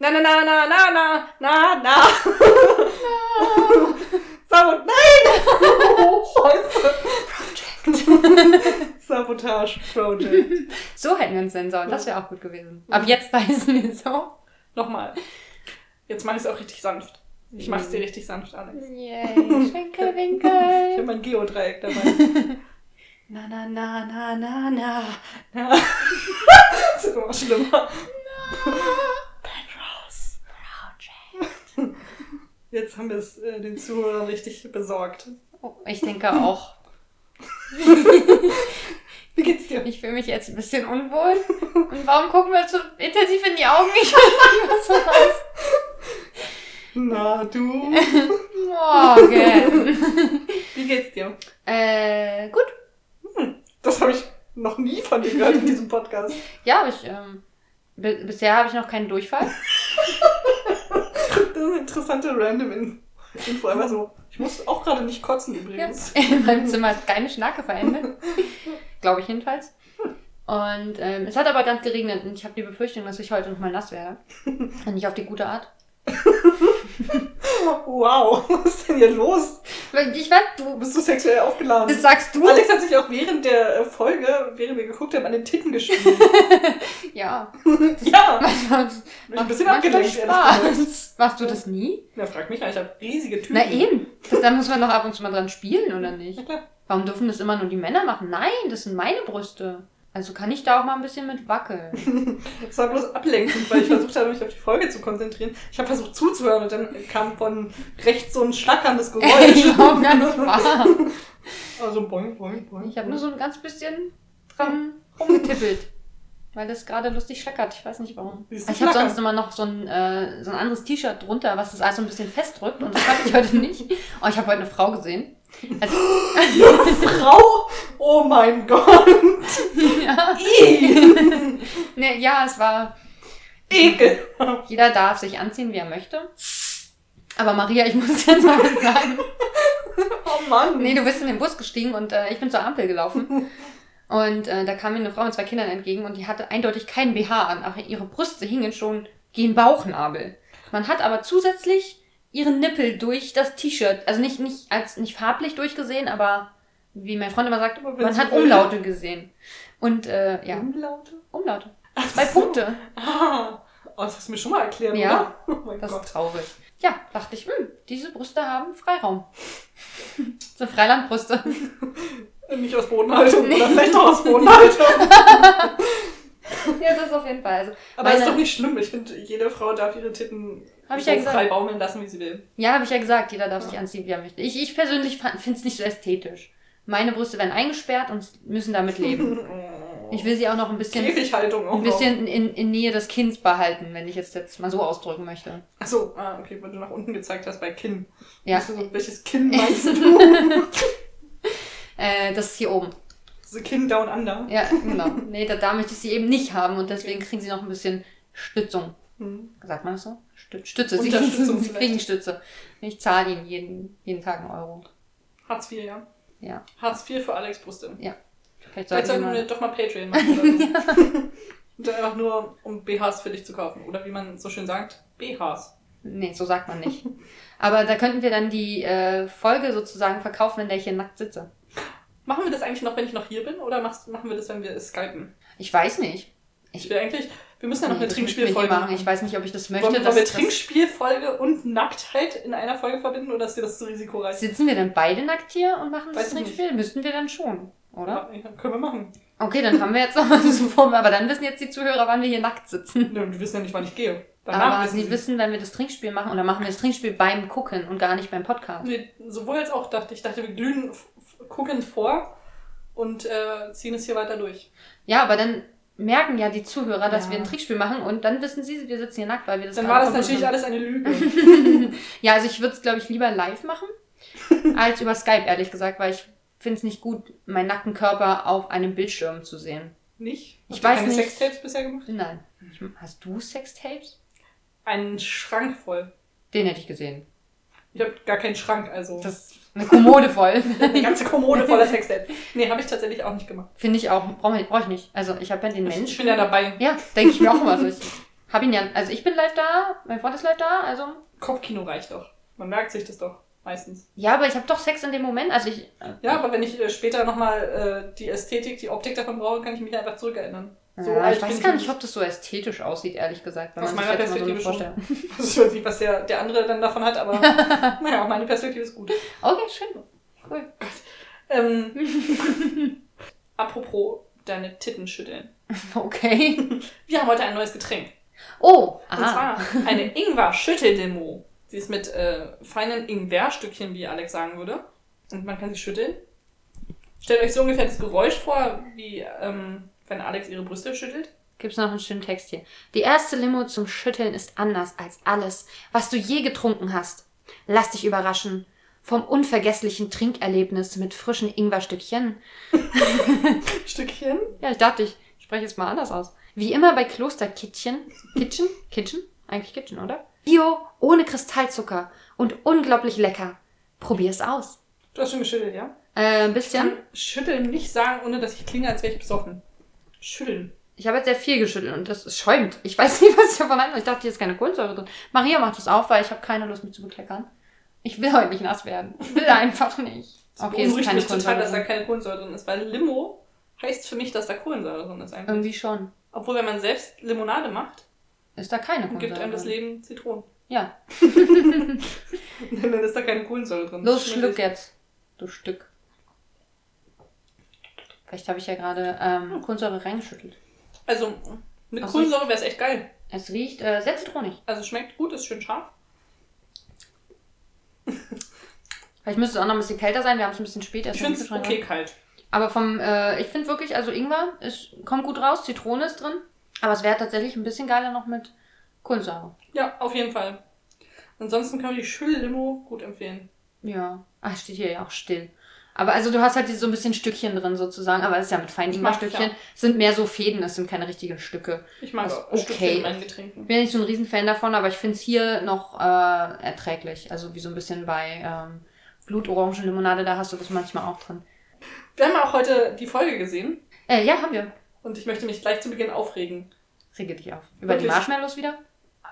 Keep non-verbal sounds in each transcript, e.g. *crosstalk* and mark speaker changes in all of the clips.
Speaker 1: Na, na, na, na, na, na, na, na. *laughs* Sabot Nein! *laughs* Oh, Scheiße. Sabotage Project.
Speaker 2: *laughs* So hätten wir uns nennen sollen. Das wäre auch gut gewesen. Ab jetzt *laughs* heißen wir so.
Speaker 1: Nochmal. Jetzt mache ich es auch richtig sanft. Ich mache es dir richtig sanft, Alex.
Speaker 2: Yay.
Speaker 1: Schenkel, Ich habe
Speaker 2: Winkel.
Speaker 1: mein Geodreieck dabei. Na, na, na, na, na, na, na. *laughs* das wird immer schlimmer. Penrose. *laughs* Jetzt haben wir es äh, den Zuhörern richtig besorgt.
Speaker 2: *laughs* Oh, ich denke auch.
Speaker 1: Wie geht's dir?
Speaker 2: Ich fühle mich jetzt ein bisschen unwohl. Und warum gucken wir so intensiv in die Augen? Ich weiß nicht, was das heißt.
Speaker 1: Na,
Speaker 2: *laughs*
Speaker 1: du.
Speaker 2: Morgen.
Speaker 1: Wie geht's dir?
Speaker 2: äh, gut.
Speaker 1: Das habe ich noch nie von dir gehört in diesem Podcast.
Speaker 2: Ja, aber ich, ähm, bi- bisher habe ich noch keinen Durchfall.
Speaker 1: Das ist eine interessante random In- Info. Einfach so. Ich muss auch gerade nicht kotzen übrigens.
Speaker 2: *laughs* In meinem Zimmer ist keine Schnacke verendet. Glaube ich jedenfalls. Und ähm, es hat aber ganz geregnet und ich habe die Befürchtung, dass ich heute nochmal nass *laughs* werde. Und nicht auf die gute Art.
Speaker 1: Wow, *laughs* was ist denn hier los?
Speaker 2: Weil Ich weiß, du,
Speaker 1: Bist du sexuell aufgeladen?
Speaker 2: das sagst du.
Speaker 1: Alex hat sich auch während der äh, Folge, während wir geguckt haben, an den Titten geschrieben.
Speaker 2: *laughs* Ja.
Speaker 1: ja,
Speaker 2: Manchmal,
Speaker 1: bin ein bisschen
Speaker 2: macht schon
Speaker 1: abgelenkt, ehrlich
Speaker 2: Spaß. Machst du das nie?
Speaker 1: na, frag mich nicht, ich habe riesige Tüten.
Speaker 2: Na eh. eben. Das, da muss man doch ab und zu mal dran spielen, oder
Speaker 1: Hm. Ja,
Speaker 2: nicht?
Speaker 1: klar.
Speaker 2: Warum dürfen das immer nur die Männer machen? Nein, das sind meine Brüste. Also kann ich da auch mal ein bisschen mit
Speaker 1: *laughs*
Speaker 2: wackeln. *laughs*
Speaker 1: Das war bloß ablenkend, weil ich versucht habe, mich auf die Folge zu konzentrieren. Ich habe versucht zuzuhören und dann kam von rechts so ein schlackerndes Geräusch.
Speaker 2: *laughs* Ich glaube gar nicht wahr.
Speaker 1: Also boing, boing, boing.
Speaker 2: Ich habe nur so ein ganz bisschen dran rumgetippelt. Weil das gerade lustig schlackert. Ich weiß nicht warum.
Speaker 1: Siehst du,
Speaker 2: Ich habe
Speaker 1: schlackern.
Speaker 2: sonst immer noch so ein, äh, so ein anderes T-Shirt drunter, was das alles so ein bisschen festdrückt. Und das habe ich heute nicht. Oh, ich habe heute eine Frau gesehen. Also, *laughs*
Speaker 1: Frau? Oh mein Gott.
Speaker 2: ja.
Speaker 1: Ih,
Speaker 2: Nee, ja, es war.
Speaker 1: Ekel.
Speaker 2: Jeder darf sich anziehen, wie er möchte. Aber Maria, ich muss dir mal was sagen.
Speaker 1: Oh Mann.
Speaker 2: Nee, du bist in den Bus gestiegen und äh, ich bin zur
Speaker 1: *laughs*
Speaker 2: Ampel gelaufen. Und äh, da kam mir eine Frau mit zwei Kindern entgegen und die hatte eindeutig keinen BH an, aber ihre Brüste hingen schon gegen Bauchnabel. Man hat aber zusätzlich ihren Nippel durch das T-Shirt, also nicht, nicht als nicht farblich durchgesehen, aber wie mein Freund immer sagt,
Speaker 1: Aber wenn
Speaker 2: man
Speaker 1: sie
Speaker 2: hat
Speaker 1: will.
Speaker 2: Umlaute gesehen. Und äh, ja,
Speaker 1: Umlaute?
Speaker 2: Umlaute.
Speaker 1: Ach
Speaker 2: Zwei
Speaker 1: so.
Speaker 2: Punkte.
Speaker 1: Ah, oh, das hast du mir schon mal erklärt,
Speaker 2: Ja.
Speaker 1: oder? Oh mein
Speaker 2: Das
Speaker 1: Gott.
Speaker 2: ist traurig. Ja, dachte ich, hm, diese Brüste haben Freiraum. *laughs*
Speaker 1: *laughs*
Speaker 2: so Freilandbrüste.
Speaker 1: Äh, Nicht aus Bodenhaltung.
Speaker 2: Nee.
Speaker 1: Oder vielleicht doch aus
Speaker 2: *laughs*
Speaker 1: Bodenhaltung.
Speaker 2: ja, das auf jeden Fall. Also,
Speaker 1: Aber ist
Speaker 2: meine-
Speaker 1: doch nicht schlimm. Ich finde, jede Frau darf ihre Titten
Speaker 2: Hab ich
Speaker 1: so
Speaker 2: ja gesagt.
Speaker 1: frei baumeln lassen, wie sie will.
Speaker 2: Ja, habe ich ja gesagt, jeder darf
Speaker 1: Ja.
Speaker 2: sich anziehen, wie er möchte. Ich, ich persönlich finde es nicht so ästhetisch. Meine Brüste werden eingesperrt und müssen damit leben. Ich will sie auch noch ein
Speaker 1: *laughs*
Speaker 2: bisschen,
Speaker 1: Käfighaltung auch
Speaker 2: ein bisschen in, in Nähe des Kinns behalten, wenn ich jetzt, jetzt mal so ausdrücken möchte.
Speaker 1: noch. Achso, ah, okay, weil du nach unten gezeigt hast bei Kinn.
Speaker 2: Ja, *laughs*
Speaker 1: Weißt du so, welches Kinn meinst du?
Speaker 2: äh, das ist hier oben.
Speaker 1: Diese Kinn down under.
Speaker 2: Ja, genau. Nee, da, da möchte ich sie eben nicht haben und deswegen kriegen sie noch ein bisschen Stützung.
Speaker 1: Hm.
Speaker 2: Sagt man das so? Stü- Stütze. Sie,
Speaker 1: Unterstützung
Speaker 2: *laughs* sie kriegen
Speaker 1: vielleicht.
Speaker 2: Stütze. Ich zahle ihnen jeden, jeden Tag einen Euro.
Speaker 1: Hartz IV, ja.
Speaker 2: Ja.
Speaker 1: Hartz IV für Alex Brüste.
Speaker 2: Vielleicht
Speaker 1: Vielleicht
Speaker 2: sollten
Speaker 1: sollten
Speaker 2: wir
Speaker 1: wir
Speaker 2: mal...
Speaker 1: doch mal
Speaker 2: *laughs*
Speaker 1: Patreon machen oder so. Und dann einfach nur, um BHs für dich zu kaufen. Oder wie man so schön sagt, BHs.
Speaker 2: Nee, so sagt man nicht. Aber da könnten wir dann die äh, Folge sozusagen verkaufen, in der ich hier nackt sitze.
Speaker 1: Machen wir das eigentlich noch, wenn ich noch hier bin? Oder machst, machen wir das, wenn wir skypen?
Speaker 2: Ich weiß nicht.
Speaker 1: Ich will eigentlich, wir müssen ja noch
Speaker 2: Nee,
Speaker 1: eine
Speaker 2: das müssen wir
Speaker 1: Trinkspielfolge
Speaker 2: hier
Speaker 1: machen.
Speaker 2: machen. Ich weiß nicht, ob ich das möchte.
Speaker 1: Wollen,
Speaker 2: dass-
Speaker 1: wollen wir
Speaker 2: dass-
Speaker 1: Trinkspielfolge und Nacktheit in einer Folge verbinden oder ist dir das zu risikoreich?
Speaker 2: Sitzen wir dann beide nackt hier und machen das
Speaker 1: Weiß ich nicht.
Speaker 2: Trinkspiel? Müssten wir dann schon, oder?
Speaker 1: Ja, können wir machen.
Speaker 2: Okay, dann haben wir jetzt *laughs* nochmal so vor. Aber dann wissen jetzt die Zuhörer, wann wir hier nackt sitzen.
Speaker 1: Nö, die wissen ja nicht, wann ich gehe.
Speaker 2: aber sie wissen, wenn wir das Trinkspiel machen, oder machen wir das Trinkspiel beim Gucken und gar nicht beim Podcast.
Speaker 1: Nee, sowohl als auch dachte ich. Ich dachte, wir glühen f- f- guckend vor und äh, ziehen es hier weiter durch.
Speaker 2: Ja, aber dann merken ja die Zuhörer, dass
Speaker 1: Ja.
Speaker 2: wir ein Trinkspiel machen und dann wissen sie, wir sitzen hier nackt, weil wir das
Speaker 1: Dann
Speaker 2: gerade
Speaker 1: war das
Speaker 2: verbunden
Speaker 1: natürlich
Speaker 2: haben.
Speaker 1: alles eine Lüge.
Speaker 2: Ja, also ich würde es, glaube ich, lieber
Speaker 1: *laughs*
Speaker 2: live machen als über Skype, ehrlich gesagt, weil ich finde es nicht gut, meinen nackten Körper auf einem Bildschirm zu sehen.
Speaker 1: nicht?
Speaker 2: Ich
Speaker 1: Hast du
Speaker 2: weiß
Speaker 1: keine
Speaker 2: nicht.
Speaker 1: Sextapes bisher gemacht?
Speaker 2: Nein. Hast du Sextapes?
Speaker 1: Einen Schrank voll.
Speaker 2: Den hätte ich gesehen.
Speaker 1: Ich habe gar keinen Schrank, also
Speaker 2: Das ist eine Kommode
Speaker 1: *laughs*
Speaker 2: voll.
Speaker 1: eine ganze Kommode voller
Speaker 2: *laughs*
Speaker 1: Sextapes. Nee, habe ich tatsächlich auch nicht gemacht.
Speaker 2: finde ich auch, brauche ich, brauch ich nicht. Also ich habe ja den
Speaker 1: Ich
Speaker 2: Mensch.
Speaker 1: bin ja dabei.
Speaker 2: Ja, denke ich mir auch immer so. Ich Hab ihn ja, also ich bin live da, mein Freund ist live da, also.
Speaker 1: Kopfkino reicht doch. Man merkt sich das doch meistens.
Speaker 2: Ja, aber ich habe doch Sex in dem Moment, also ich.
Speaker 1: Ja, aber wenn ich äh, später nochmal äh, die Ästhetik, die Optik davon brauche, kann ich mich einfach zurückerinnern.
Speaker 2: So ja, ich weiß gar nicht, ob das so ästhetisch aussieht, ehrlich gesagt. Wenn
Speaker 1: Aus
Speaker 2: man sich
Speaker 1: meiner
Speaker 2: jetzt mal so eine
Speaker 1: Perspektive
Speaker 2: Vorstellung.
Speaker 1: *laughs* Das ist schon, was der, der andere dann davon hat,
Speaker 2: *laughs*
Speaker 1: aber naja, meine Perspektive ist gut.
Speaker 2: Okay, schön. Cool.
Speaker 1: Ähm,
Speaker 2: *laughs*
Speaker 1: apropos deine Titten schütteln.
Speaker 2: Okay.
Speaker 1: Wir haben heute ein neues Getränk.
Speaker 2: Oh,
Speaker 1: Und
Speaker 2: aha.
Speaker 1: zwar eine Ingwer-Schütteldemo. Sie ist mit äh, feinen Ingwer-Stückchen, wie Alex sagen würde. Und man kann sie schütteln. Stellt euch so ungefähr das Geräusch vor, wie ähm, wenn Alex ihre Brüste schüttelt.
Speaker 2: Gibt's noch einen schönen Text hier. Die erste Limo zum Schütteln ist anders als alles, was du je getrunken hast. Lass dich überraschen. Vom unvergesslichen Trinkerlebnis mit frischen Ingwerstückchen.
Speaker 1: Stückchen?
Speaker 2: Ja, ich dachte, ich spreche es mal anders aus. Wie immer bei Kloster Kitchen. *laughs* Kitchen? Kitchen? Eigentlich Kitchen, oder? Bio, ohne Kristallzucker und unglaublich lecker. Probier's aus.
Speaker 1: Du hast schon geschüttelt, ja?
Speaker 2: Äh, ein
Speaker 1: Ich
Speaker 2: bisschen.
Speaker 1: kann schütteln nicht sagen, ohne dass ich klinge, als wäre ich besoffen. Schütteln.
Speaker 2: Ich habe jetzt sehr viel geschüttelt und das schäumt. Ich weiß *laughs* nicht, was ich davon habe. Ich dachte, hier ist keine Kohlensäure drin. Maria macht das auf, weil ich habe keine Lust, mich zu bekleckern. Ich will heute nicht nass werden.
Speaker 1: *laughs*
Speaker 2: Ich will einfach nicht. Okay, es ist
Speaker 1: Beunruhigt
Speaker 2: keine
Speaker 1: mich total,
Speaker 2: Kohlensäure
Speaker 1: dass da
Speaker 2: drin.
Speaker 1: keine Kohlensäure drin ist, weil Limo heißt für mich, dass da Kohlensäure drin ist. Einfach.
Speaker 2: Irgendwie schon.
Speaker 1: Obwohl, wenn man selbst Limonade macht,
Speaker 2: Ist da keine Kohlensäure
Speaker 1: gibt einem das
Speaker 2: drin.
Speaker 1: Leben Zitronen. *laughs*
Speaker 2: Ja,
Speaker 1: Dann ist da keine Kohlensäure drin.
Speaker 2: los,
Speaker 1: Schmeckt
Speaker 2: schluck
Speaker 1: nicht.
Speaker 2: jetzt. Du Stück. Vielleicht habe ich ja gerade
Speaker 1: Hm.
Speaker 2: ähm, Kohlensäure reingeschüttelt.
Speaker 1: Also, mit
Speaker 2: Ach so.
Speaker 1: Kohlensäure wäre es echt geil.
Speaker 2: Es riecht äh, sehr zitronig.
Speaker 1: Also, schmeckt gut, ist schön scharf.
Speaker 2: Vielleicht müsste es auch noch ein bisschen kälter sein. Wir haben es ein bisschen spät erst
Speaker 1: Ich
Speaker 2: im
Speaker 1: finde es
Speaker 2: Kühlschrank.
Speaker 1: okay kalt.
Speaker 2: Aber vom, äh, ich finde wirklich, also Ingwer ist, kommt gut raus, Zitrone ist drin. Aber es wäre tatsächlich ein bisschen geiler noch mit Kohlensäure.
Speaker 1: Ja, auf jeden Fall. Ansonsten kann man die Schülllimo gut empfehlen.
Speaker 2: Ja. Ach, steht hier ja auch still. Aber also du hast halt diese so ein bisschen Stückchen drin sozusagen, aber es ist ja mit feinen
Speaker 1: Ich mag
Speaker 2: Ingwerstückchen.
Speaker 1: ja.
Speaker 2: Es sind mehr so Fäden, es sind keine richtigen Stücke.
Speaker 1: Ich mag
Speaker 2: Das
Speaker 1: auch
Speaker 2: ist
Speaker 1: Stückchen
Speaker 2: Also, okay.
Speaker 1: in meinen Getränken.
Speaker 2: Ich bin ja nicht so ein Riesenfan davon, aber ich finde es hier noch äh, erträglich. Also wie so ein bisschen bei ähm, Blutorangenlimonade, da hast du das manchmal auch drin.
Speaker 1: Wir haben auch heute die Folge gesehen
Speaker 2: Äh, ja, haben wir.
Speaker 1: und ich möchte mich gleich zu Beginn aufregen.
Speaker 2: Rege dich auf. Über die
Speaker 1: Wirklich?
Speaker 2: Marshmallows wieder?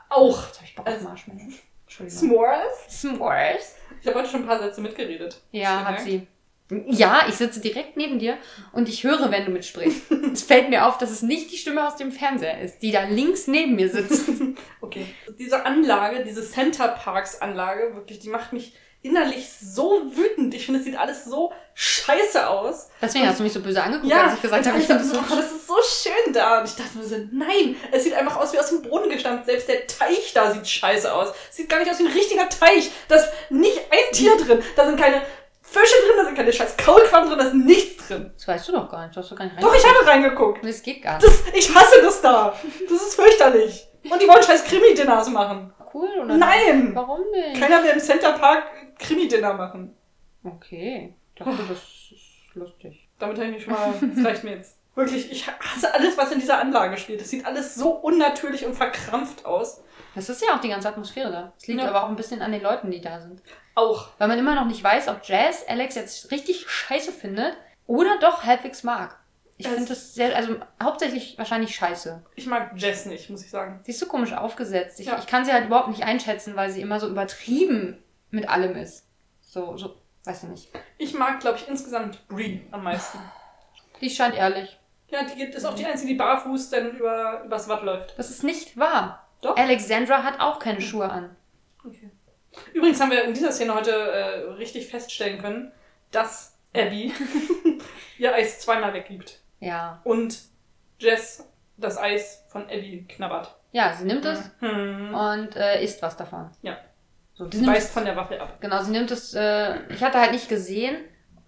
Speaker 1: Auch
Speaker 2: Jetzt habe ich Bock auf
Speaker 1: Also-
Speaker 2: Marshmallows. *laughs* Entschuldigung.
Speaker 1: S'mores?
Speaker 2: S'mores.
Speaker 1: Ich habe heute schon ein paar Sätze mitgeredet.
Speaker 2: Ja,
Speaker 1: Hast du
Speaker 2: hat sie. Ja, ich sitze direkt neben dir und ich höre, wenn du
Speaker 1: *laughs*
Speaker 2: mitsprichst. es fällt mir auf, dass es nicht die Stimme aus dem Fernseher ist, die da links neben mir sitzt.
Speaker 1: *laughs* Okay. Diese Anlage, diese Center Parks Anlage, wirklich, die macht mich innerlich so wütend. Ich finde, es sieht alles so scheiße aus.
Speaker 2: Deswegen hast du mich so böse angeguckt,
Speaker 1: Ja,
Speaker 2: als ich gesagt habe, ich
Speaker 1: dachte
Speaker 2: finde
Speaker 1: so,
Speaker 2: das so
Speaker 1: oh, das ist so schön da. Und ich dachte mir so, nein, es sieht einfach aus wie aus dem Boden gestampft. Selbst der Teich da sieht scheiße aus. Sieht gar nicht aus wie ein richtiger Teich. Da ist nicht ein Tier drin. Da sind keine Fische drin, da sind keine scheiß Kaulquappen drin, da ist nichts drin.
Speaker 2: Das weißt du doch gar nicht. Du hast doch gar nicht
Speaker 1: Doch, ich habe reingeguckt.
Speaker 2: Das geht gar nicht.
Speaker 1: Das, ich hasse das da. Das ist fürchterlich. Und die wollen scheiß Krimi-Dinners machen.
Speaker 2: Cool, oder?
Speaker 1: Nein!
Speaker 2: Warum nicht?
Speaker 1: Keiner will im Center Park Krimi-Dinner machen.
Speaker 2: Okay. Ich dachte, das ist lustig.
Speaker 1: Damit habe ich mich schon mal. Das reicht mir jetzt. Wirklich, ich hasse alles, was in dieser Anlage spielt. Es sieht alles so unnatürlich und verkrampft aus.
Speaker 2: Das ist ja auch die ganze Atmosphäre da. Es liegt
Speaker 1: Ja.
Speaker 2: aber auch ein bisschen an den Leuten, die da sind.
Speaker 1: Auch.
Speaker 2: Weil man immer noch nicht weiß, ob Jazz Alex jetzt richtig scheiße findet oder doch halbwegs mag. Ich
Speaker 1: Das-
Speaker 2: finde das sehr, also hauptsächlich wahrscheinlich scheiße.
Speaker 1: Ich mag Jess nicht, muss ich sagen.
Speaker 2: Sie ist so komisch aufgesetzt. Ich,
Speaker 1: Ja.
Speaker 2: ich kann sie halt überhaupt nicht einschätzen, weil sie immer so übertrieben mit allem ist. So, so, weiß ich nicht.
Speaker 1: Ich mag, glaube ich, insgesamt Bree am meisten.
Speaker 2: Die scheint ehrlich.
Speaker 1: Ja, die gibt- ist auch die einzige, die barfuß dann über, übers Watt läuft.
Speaker 2: Das ist nicht wahr.
Speaker 1: Doch.
Speaker 2: Alexandra hat auch keine Schuhe an.
Speaker 1: Okay. Übrigens haben wir in dieser Szene heute äh, richtig feststellen können, dass Abby *laughs* ihr Eis zweimal weggibt.
Speaker 2: Ja.
Speaker 1: Und Jess das Eis von Abby knabbert.
Speaker 2: Ja, sie nimmt es
Speaker 1: Hm.
Speaker 2: und äh, isst was davon.
Speaker 1: Ja.
Speaker 2: So,
Speaker 1: Sie
Speaker 2: sie nimmt
Speaker 1: beißt
Speaker 2: es,
Speaker 1: von der Waffel ab.
Speaker 2: genau, sie nimmt es. Äh, ich hatte halt nicht gesehen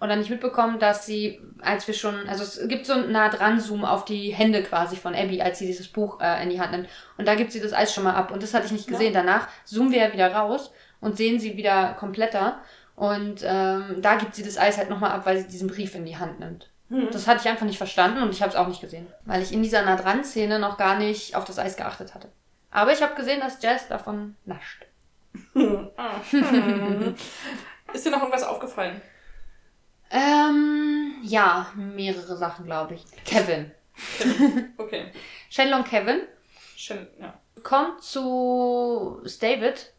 Speaker 2: oder nicht mitbekommen, dass sie, als wir schon, also es gibt so einen nah dran Zoom auf die Hände quasi von Abby, als sie dieses Buch äh, in die Hand nimmt. Und da gibt sie das Eis schon mal ab. Und das hatte ich nicht
Speaker 1: Ja.
Speaker 2: gesehen. Danach zoomen wir ja wieder raus und sehen sie wieder kompletter. Und ähm, da gibt sie das Eis halt nochmal ab, weil sie diesen Brief in die Hand nimmt.
Speaker 1: Hm.
Speaker 2: Das hatte ich einfach nicht verstanden und ich habe es auch nicht gesehen, weil ich in dieser nah dran Szene noch gar nicht auf das Eis geachtet hatte. Aber ich habe gesehen, dass Jazz davon nascht.
Speaker 1: Hm. Ah. Hm. Ist dir noch irgendwas aufgefallen?
Speaker 2: Ähm, ja, mehrere Sachen, glaube ich. Kevin.
Speaker 1: Okay.
Speaker 2: Shenlong Kevin
Speaker 1: Schön, ja.
Speaker 2: kommt zu David.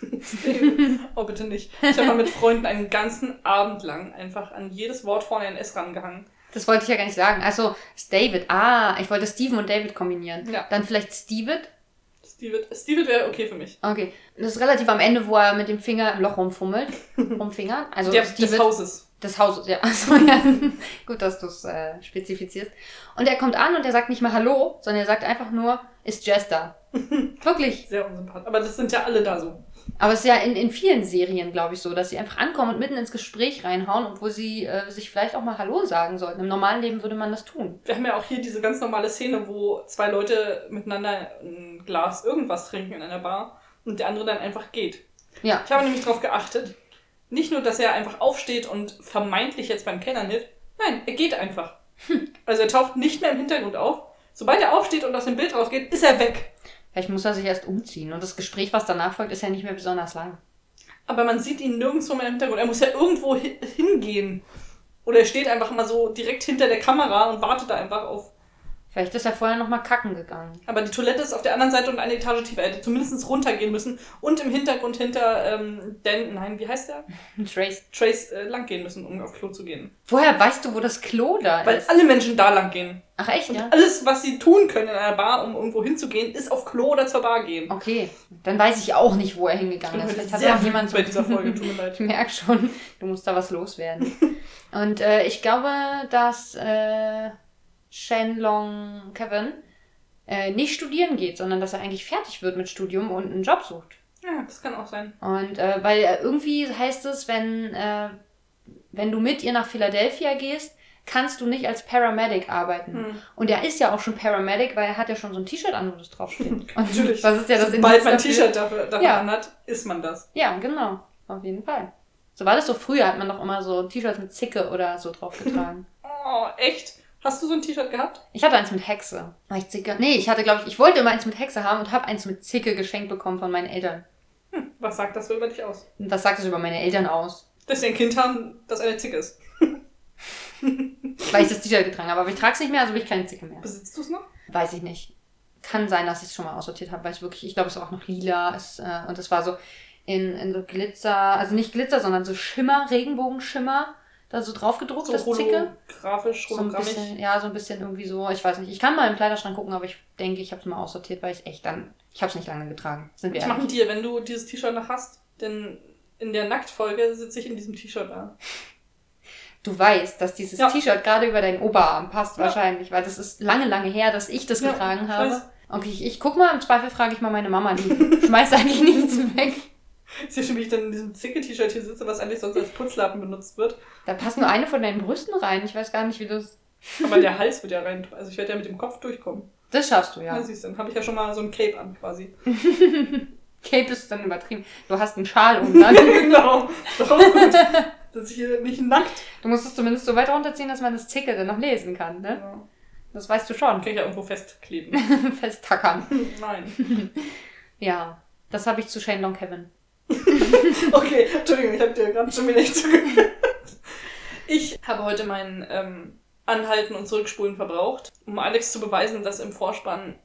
Speaker 1: *laughs* oh, bitte nicht. Ich habe mal mit Freunden einen ganzen Abend lang einfach an jedes Wort vorne ein S rangehangen.
Speaker 2: Das wollte ich ja gar nicht sagen. Also David. Ah, ich wollte Steven und David kombinieren.
Speaker 1: Ja.
Speaker 2: Dann vielleicht Stevid.
Speaker 1: Steve, Steve wäre okay für mich.
Speaker 2: Okay. Das ist relativ am Ende, wo er mit dem Finger im Loch rumfummelt. Rumfingern. Also
Speaker 1: Der,
Speaker 2: Stevid-
Speaker 1: des Hauses.
Speaker 2: des Hauses, ja. *laughs* Also, ja. Gut, dass du es äh, spezifizierst. Und er kommt an und er sagt nicht mal Hallo, sondern er sagt einfach nur, ist Jess da? Wirklich.
Speaker 1: Sehr unsympathisch. Aber das sind ja alle da so.
Speaker 2: Aber es ist ja in, in vielen Serien, glaube ich, so, dass sie einfach ankommen und mitten ins Gespräch reinhauen, obwohl sie äh, sich vielleicht auch mal Hallo sagen sollten. Im normalen Leben würde man das tun.
Speaker 1: Wir haben ja auch hier diese ganz normale Szene, wo zwei Leute miteinander ein Glas irgendwas trinken in einer Bar und der andere dann einfach geht.
Speaker 2: Ja.
Speaker 1: Ich habe nämlich darauf geachtet. Nicht nur, dass er einfach aufsteht und vermeintlich jetzt beim Kellnern hilft. Nein, er geht einfach. Also er taucht nicht mehr im Hintergrund auf. Sobald er aufsteht und aus dem Bild rausgeht, ist er weg.
Speaker 2: Vielleicht muss er sich erst umziehen und das Gespräch, was danach folgt, ist ja nicht mehr besonders lang.
Speaker 1: Aber man sieht ihn nirgendwo mehr im Hintergrund. Er muss ja irgendwo hi- hingehen. Oder er steht einfach mal so direkt hinter der Kamera und wartet da einfach auf.
Speaker 2: Vielleicht ist er vorher nochmal kacken gegangen.
Speaker 1: Aber die Toilette ist auf der anderen Seite und eine Etage tiefer. Er hätte zumindest runtergehen müssen und im Hintergrund hinter ähm, Dan, nein, wie heißt der?
Speaker 2: Trace.
Speaker 1: Trace äh, lang gehen müssen, um auf Klo zu gehen.
Speaker 2: Woher weißt du, wo das Klo da
Speaker 1: Weil
Speaker 2: ist?
Speaker 1: alle Menschen da lang gehen.
Speaker 2: Ach echt, ja?
Speaker 1: Alles, was sie tun können in einer Bar, um irgendwo hinzugehen, ist auf Klo oder zur Bar gehen.
Speaker 2: Okay, dann weiß ich auch nicht, wo er hingegangen ist.
Speaker 1: heute
Speaker 2: Vielleicht Oh, hat
Speaker 1: sehr
Speaker 2: auch jemand
Speaker 1: wütend bei dieser Folge, tut mir leid.
Speaker 2: *laughs* Ich merke schon, du musst da was loswerden.
Speaker 1: *laughs*
Speaker 2: Und äh, ich glaube, dass äh, Shenlong Kevin äh, nicht studieren geht, sondern dass er eigentlich fertig wird mit Studium und einen Job sucht.
Speaker 1: Ja, das kann auch sein.
Speaker 2: Und äh, weil äh, irgendwie heißt es, wenn, äh, wenn du mit ihr nach Philadelphia gehst, kannst du nicht als Paramedic arbeiten.
Speaker 1: Hm.
Speaker 2: Und er ist ja auch schon Paramedic, weil er hat ja schon so ein T-Shirt an, wo das draufsteht.
Speaker 1: *laughs*
Speaker 2: Und
Speaker 1: Natürlich.
Speaker 2: Das ist ja das
Speaker 1: Sobald
Speaker 2: Indiz
Speaker 1: man ein
Speaker 2: dafür.
Speaker 1: T-Shirt dafür, dafür
Speaker 2: Also Ja.
Speaker 1: anhat, ist man das.
Speaker 2: Ja, genau. Auf jeden Fall. So war das so früher, hat man doch immer so T-Shirts mit Zicke oder so drauf getragen.
Speaker 1: Oh, echt? Hast du so ein T-Shirt gehabt?
Speaker 2: Ich hatte eins mit Hexe. War ich Zicke? Nee, ich hatte, glaube ich, ich wollte immer eins mit Hexe haben und habe eins mit Zicke geschenkt bekommen von meinen Eltern.
Speaker 1: Was sagt das so über dich aus?
Speaker 2: Und das sagt es über meine Eltern aus.
Speaker 1: Dass sie ein Kind haben, das eine Zicke ist.
Speaker 2: Weil ich das T-Shirt getragen habe. Aber ich trage es nicht mehr, also bin ich keine Zicke mehr.
Speaker 1: Besitzt du es noch?
Speaker 2: Weiß ich nicht. Kann sein, dass ich es schon mal aussortiert habe, weil ich wirklich, ich glaube, es war auch noch lila. Es, äh, und es war so in, in so Glitzer, also nicht Glitzer, sondern so Schimmer, Regenbogenschimmer, da so drauf gedruckt, das Zicke.
Speaker 1: holographisch,
Speaker 2: So ein
Speaker 1: hologrammig.
Speaker 2: bisschen, ja, so ein bisschen irgendwie so. Ich weiß nicht. Ich kann mal im Kleiderschrank gucken, aber ich denke, ich habe es mal aussortiert, weil ich echt dann. Ich habe es nicht lange getragen. Sind wir
Speaker 1: ich
Speaker 2: ehrlich.
Speaker 1: mache dir, wenn du dieses T-Shirt noch hast, denn in der Nacktfolge sitze ich in diesem T-Shirt da.
Speaker 2: Du weißt, dass dieses
Speaker 1: Ja.
Speaker 2: T-Shirt gerade über deinen Oberarm passt,
Speaker 1: Ja.
Speaker 2: wahrscheinlich, weil das ist lange, lange her, dass ich das
Speaker 1: Ja,
Speaker 2: getragen
Speaker 1: ich
Speaker 2: habe.
Speaker 1: weiß.
Speaker 2: Okay, ich, ich guck mal, im Zweifel frage ich mal meine Mama, die *laughs* schmeißt eigentlich nichts weg.
Speaker 1: Siehst du, schon, wie ich dann in diesem Zicke-T-Shirt hier sitze, was eigentlich sonst als Putzlappen benutzt wird.
Speaker 2: Da passt nur eine von deinen Brüsten rein. Ich weiß gar nicht, wie du das.
Speaker 1: Aber der Hals wird ja rein. Also ich werde ja mit dem Kopf durchkommen.
Speaker 2: Das schaffst du,
Speaker 1: Ja.
Speaker 2: ja.
Speaker 1: Na, siehst du, dann habe ich ja schon mal so ein Cape an quasi. *laughs*
Speaker 2: Cape ist dann übertrieben. Du hast einen Schal um dann.
Speaker 1: genau. Ist doch auch gut. Dass ich hier nicht nackt.
Speaker 2: Du musst es zumindest so weit runterziehen, dass man das Zicke dann noch lesen kann, ne?
Speaker 1: Ja.
Speaker 2: Das weißt du schon.
Speaker 1: Genau.
Speaker 2: *laughs*
Speaker 1: Kann ich ja irgendwo festkleben.
Speaker 2: Festtackern.
Speaker 1: Nein.
Speaker 2: Ja, das habe ich zu Shane Long Kevin.
Speaker 1: Okay, Entschuldigung, ich habe dir gerade schon wieder nicht zugehört. Ich habe heute mein ähm, Anhalten und Zurückspulen verbraucht, um Alex zu beweisen, dass im Vorspann,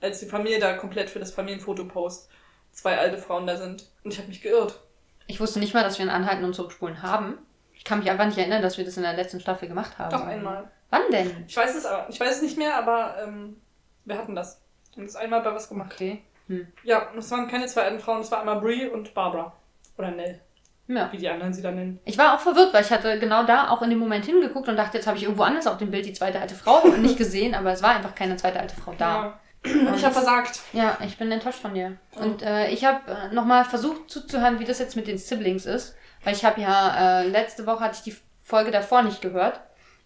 Speaker 1: als die Familie da komplett für das Familienfoto post, zwei alte Frauen da sind. Und ich habe mich geirrt.
Speaker 2: Ich wusste nicht mal, dass wir ein Anhalten und Zurückspulen haben. Ich kann mich einfach nicht erinnern, dass wir das in der letzten Staffel gemacht haben.
Speaker 1: Doch einmal.
Speaker 2: Wann denn?
Speaker 1: Ich weiß es aber, ich weiß es nicht mehr, aber ähm, wir hatten das. Und es einmal bei was gemacht.
Speaker 2: Okay. Hm.
Speaker 1: Ja, und es waren keine zwei alten Frauen, es war einmal Brie und Barbara. Oder Nell,
Speaker 2: Ja.
Speaker 1: wie die anderen sie da nennen.
Speaker 2: Ich war auch verwirrt, weil ich hatte genau da auch in dem Moment hingeguckt und dachte, jetzt habe ich irgendwo anders auf dem Bild die zweite alte Frau nicht gesehen, aber es war einfach keine zweite alte Frau da.
Speaker 1: Ja. Ich habe versagt.
Speaker 2: Ja, ich bin enttäuscht von dir. Und äh, ich habe äh, nochmal versucht zuzuhören, wie das jetzt mit den Siblings ist. Weil ich habe ja, äh, letzte Woche hatte ich die Folge davor nicht gehört.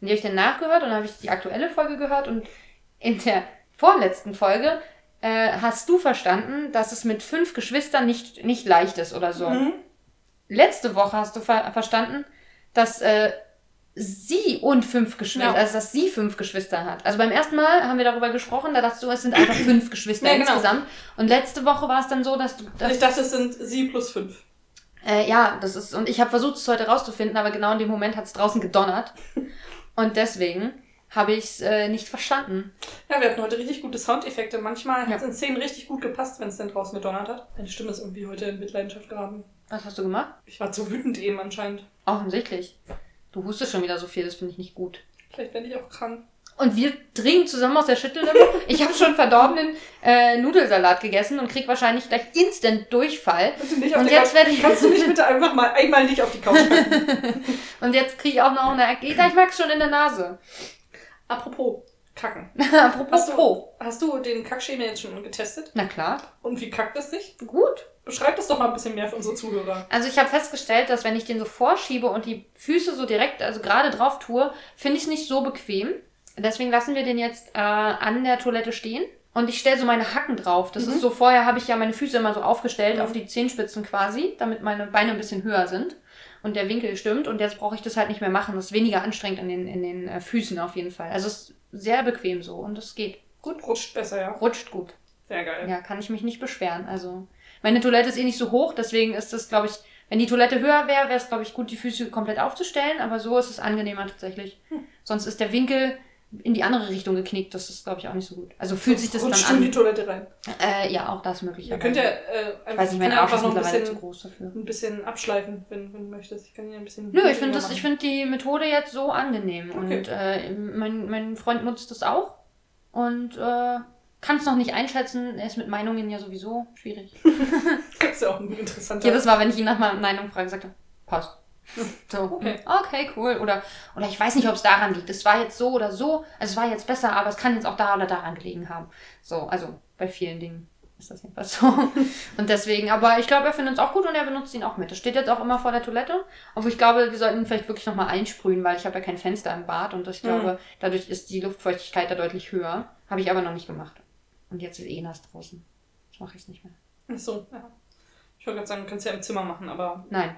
Speaker 2: Und die habe ich dann nachgehört und dann habe ich die aktuelle Folge gehört. Und in der vorletzten Folge äh, hast du verstanden, dass es mit fünf Geschwistern nicht, nicht leicht ist oder so.
Speaker 1: Mhm.
Speaker 2: Letzte Woche hast du ver verstanden, dass äh, sie und fünf Geschwister,
Speaker 1: Ja.
Speaker 2: also dass sie fünf Geschwister hat. Also beim ersten Mal haben wir darüber gesprochen, da dachtest du,
Speaker 1: *clears throat*
Speaker 2: es sind einfach fünf Geschwister
Speaker 1: Ja, genau.
Speaker 2: insgesamt. Und letzte Woche war es dann so, dass du. Dass,
Speaker 1: Ich dachte, es sind sie plus fünf.
Speaker 2: äh, ja, das
Speaker 1: *laughs*
Speaker 2: ist. Und ich habe versucht, es heute rauszufinden, aber genau in dem Moment hat es draußen gedonnert. Und deswegen habe ich es äh, nicht verstanden.
Speaker 1: Ja, wir hatten heute richtig gute Soundeffekte. Manchmal
Speaker 2: Ja.
Speaker 1: hat es in Szenen richtig gut gepasst, wenn es denn draußen gedonnert hat. Meine Stimme ist irgendwie heute in Mitleidenschaft geraten.
Speaker 2: Was hast du gemacht?
Speaker 1: Ich war zu wütend eben anscheinend.
Speaker 2: Offensichtlich. Du hustest schon wieder so viel, das finde ich nicht gut.
Speaker 1: Vielleicht werde ich auch krank.
Speaker 2: Und wir trinken zusammen aus der Schüttellippe. Ich habe schon verdorbenen äh, Nudelsalat gegessen und krieg wahrscheinlich gleich instant Durchfall.
Speaker 1: Bitte nicht auf
Speaker 2: Und
Speaker 1: der
Speaker 2: jetzt
Speaker 1: Couch.
Speaker 2: werde ich
Speaker 1: Kannst du mich bitte einfach mal einmal nicht auf die Couch
Speaker 2: *laughs*
Speaker 1: packen?
Speaker 2: und jetzt kriege ich auch noch eine Erkältung. Ich mag's schon in der Nase. *laughs*
Speaker 1: Apropos Kacken.
Speaker 2: Apropos
Speaker 1: Hast
Speaker 2: Po.
Speaker 1: du, hast du den Kackschema jetzt schon getestet?
Speaker 2: Na klar.
Speaker 1: Und wie kackt es dich?
Speaker 2: Gut.
Speaker 1: Beschreib das doch mal ein bisschen mehr für unsere Zuhörer.
Speaker 2: Also ich habe festgestellt, dass wenn ich den so vorschiebe und die Füße so direkt, also gerade drauf tue, finde ich es nicht so bequem. Deswegen lassen wir den jetzt äh, an der Toilette stehen. Und ich stelle so meine Hacken drauf. Das
Speaker 1: Mhm.
Speaker 2: ist so, vorher habe ich ja meine Füße immer so aufgestellt,
Speaker 1: Mhm.
Speaker 2: auf die Zehenspitzen quasi, damit meine Beine ein bisschen höher sind und der Winkel stimmt. Und jetzt brauche ich das halt nicht mehr machen. Das ist weniger anstrengend in den, in den äh, Füßen auf jeden Fall. Also es ist sehr bequem so und es geht.
Speaker 1: Gut, rutscht besser, ja.
Speaker 2: Rutscht gut.
Speaker 1: Sehr geil.
Speaker 2: Ja, kann ich mich nicht beschweren. Also, meine Toilette ist eh nicht so hoch, deswegen ist das, glaube ich, wenn die Toilette höher wäre, wäre es, glaube ich, gut, die Füße komplett aufzustellen, aber so ist es angenehmer tatsächlich.
Speaker 1: Hm.
Speaker 2: Sonst ist der Winkel in die andere Richtung geknickt, das ist, glaube ich, auch nicht so gut. Also fühlt sich das dann
Speaker 1: Rutscht in die
Speaker 2: an.
Speaker 1: Toilette rein.
Speaker 2: Äh, ja, auch das möglich.
Speaker 1: Ihr
Speaker 2: aber
Speaker 1: könnt ja äh,
Speaker 2: ich
Speaker 1: einfach,
Speaker 2: weiß nicht,
Speaker 1: kann
Speaker 2: mein
Speaker 1: ja
Speaker 2: Arsch
Speaker 1: einfach
Speaker 2: ist
Speaker 1: noch ein
Speaker 2: mittlerweile zu
Speaker 1: bisschen,
Speaker 2: groß dafür.
Speaker 1: ein bisschen abschleifen, wenn, wenn du möchtest. Ich kann hier ein bisschen.
Speaker 2: Nö, ich finde
Speaker 1: niedriger
Speaker 2: das- ich
Speaker 1: machen.
Speaker 2: finde die Methode jetzt so angenehm.
Speaker 1: Okay.
Speaker 2: Und äh, mein, mein Freund nutzt das auch und äh, kann es noch nicht einschätzen. Er ist mit Meinungen ja sowieso schwierig.
Speaker 1: Das ist ja auch ein interessanter.
Speaker 2: Jedes Mal, wenn ich ihn nach meiner Meinung frage, sagt er, passt. So, okay.
Speaker 1: Okay.
Speaker 2: okay, cool. Oder, oder ich weiß nicht, ob es daran liegt. Es war jetzt so oder so. Also es war jetzt besser, aber es kann jetzt auch da oder daran gelegen haben. So, also bei vielen Dingen ist das jedenfalls so. *laughs* Und deswegen, aber ich glaube, er findet es auch gut und er benutzt ihn auch mit. Das steht jetzt auch immer vor der Toilette. Obwohl ich glaube, wir sollten ihn vielleicht wirklich nochmal einsprühen, weil ich habe ja kein Fenster im Bad und ich glaube, dadurch ist die Luftfeuchtigkeit da deutlich höher. Habe ich aber noch nicht gemacht. Und jetzt ist eh nass draußen. Das mache ich nicht mehr.
Speaker 1: Ach so, ja. Ich wollte gerade sagen, du kannst ja im Zimmer machen, aber
Speaker 2: Nein.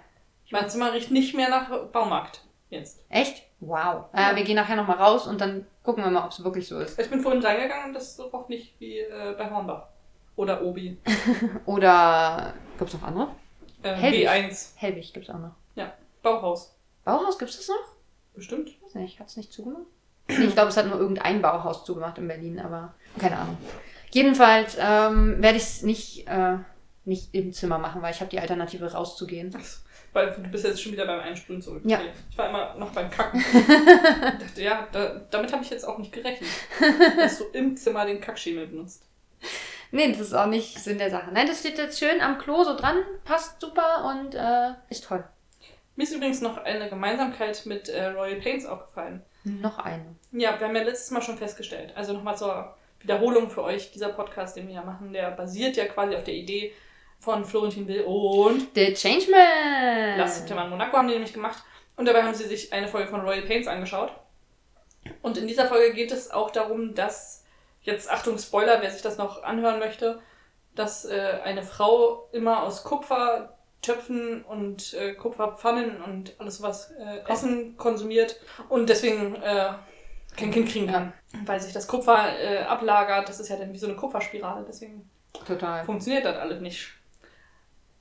Speaker 1: mein Zimmer riecht nicht mehr nach Baumarkt. Jetzt.
Speaker 2: Echt? Wow. Äh,
Speaker 1: Ja.
Speaker 2: Wir gehen nachher nochmal raus und dann gucken wir mal, ob es wirklich so ist.
Speaker 1: Ich bin vorhin reingegangen und das roch nicht wie äh, bei Hornbach. Oder Obi.
Speaker 2: Oder gibt's noch andere?
Speaker 1: Äh,
Speaker 2: Hellwig.
Speaker 1: B1.
Speaker 2: Hellwig gibt's auch noch.
Speaker 1: Bauhaus.
Speaker 2: Bauhaus gibt's das noch?
Speaker 1: Bestimmt.
Speaker 2: Ich weiß nicht, hat's nicht zugemacht? Nee, ich glaube, es hat nur irgendein Bauhaus zugemacht in Berlin, aber keine Ahnung. Jedenfalls ähm, werde ich es nicht, äh, nicht im Zimmer machen, weil ich habe die Alternative rauszugehen.
Speaker 1: Ach so, Weil du bist jetzt schon wieder beim Einsprühen zurück.
Speaker 2: Ja.
Speaker 1: Nee, Ich war immer noch beim *laughs* Kacken. ich dachte, ja, da, damit habe ich jetzt auch nicht gerechnet. Dass du im Zimmer den Kackschemel benutzt.
Speaker 2: Nee, das ist auch nicht Sinn der Sache. Nein, das steht jetzt schön am Klo so dran, passt super und äh, ist toll.
Speaker 1: Mir ist übrigens noch eine Gemeinsamkeit mit äh, Royal Pains aufgefallen.
Speaker 2: Noch eine.
Speaker 1: Ja, wir haben ja letztes Mal schon festgestellt. Also nochmal zur Wiederholung für euch. Dieser Podcast, den wir ja machen, der basiert ja quasi auf der Idee von Florentin Will und
Speaker 2: The Changeman!
Speaker 1: Lars Zimmermann Monaco haben die nämlich gemacht. Und dabei haben sie sich eine Folge von Royal Pains angeschaut. Und in dieser Folge geht es auch darum, dass, jetzt Achtung Spoiler, wer sich das noch anhören möchte, dass äh, eine Frau immer aus Kupfertöpfen und äh, Kupferpfannen und alles was äh, Essen konsumiert und deswegen äh, kein Kind kriegen kann. Weil sich das Kupfer äh, ablagert, das ist ja dann wie so eine Kupferspirale, deswegen
Speaker 2: Total.
Speaker 1: funktioniert das alles nicht.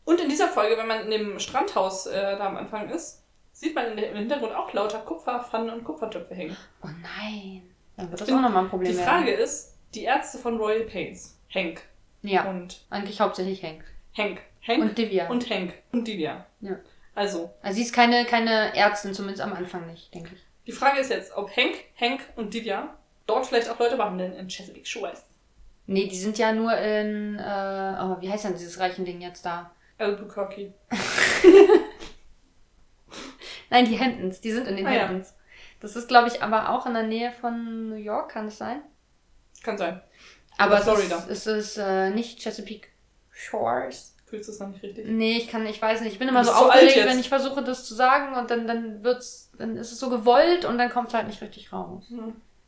Speaker 1: Und in dieser Folge, wenn man in dem Strandhaus äh, da am Anfang ist, sieht man in der, im Hintergrund auch lauter Kupferpfannen und Kupfertöpfe hängen.
Speaker 2: Oh nein. Dann wird das
Speaker 1: bin-
Speaker 2: auch nochmal ein Problem
Speaker 1: Die Frage ist, die Ärzte von Royal Pains, Hank
Speaker 2: werden. Ja,
Speaker 1: und
Speaker 2: eigentlich hauptsächlich Hank.
Speaker 1: Hank, Hank
Speaker 2: Und
Speaker 1: und,
Speaker 2: Divya.
Speaker 1: Hank und Divya.
Speaker 2: Ja.
Speaker 1: Also,
Speaker 2: also sie ist keine, keine Ärztin, zumindest am Anfang nicht, denke ich.
Speaker 1: die Frage ist jetzt, ob Hank, Hank und Divya dort vielleicht auch Leute behandeln in Chesapeake Shores.
Speaker 2: Nee, die sind ja nur in, äh, oh, wie heißt denn dieses reichen Ding jetzt da?
Speaker 1: Albuquerque.
Speaker 2: Nein, die Hamptons, die sind in den
Speaker 1: Ah, ja.
Speaker 2: Hamptons. Das ist, glaube ich, aber auch in der Nähe von New York, kann es sein?
Speaker 1: Kann sein.
Speaker 2: Aber
Speaker 1: Oder
Speaker 2: es ist,
Speaker 1: Florida.
Speaker 2: es ist äh, nicht Chesapeake Shores.
Speaker 1: Fühlst du es noch nicht richtig?
Speaker 2: Nee, ich kann, ich weiß nicht. Ich bin immer
Speaker 1: Du
Speaker 2: so
Speaker 1: bist so alt
Speaker 2: aufgeregt,
Speaker 1: jetzt.
Speaker 2: wenn ich versuche, das zu sagen und dann, dann wird's, dann ist es so gewollt und dann kommt es halt nicht richtig raus.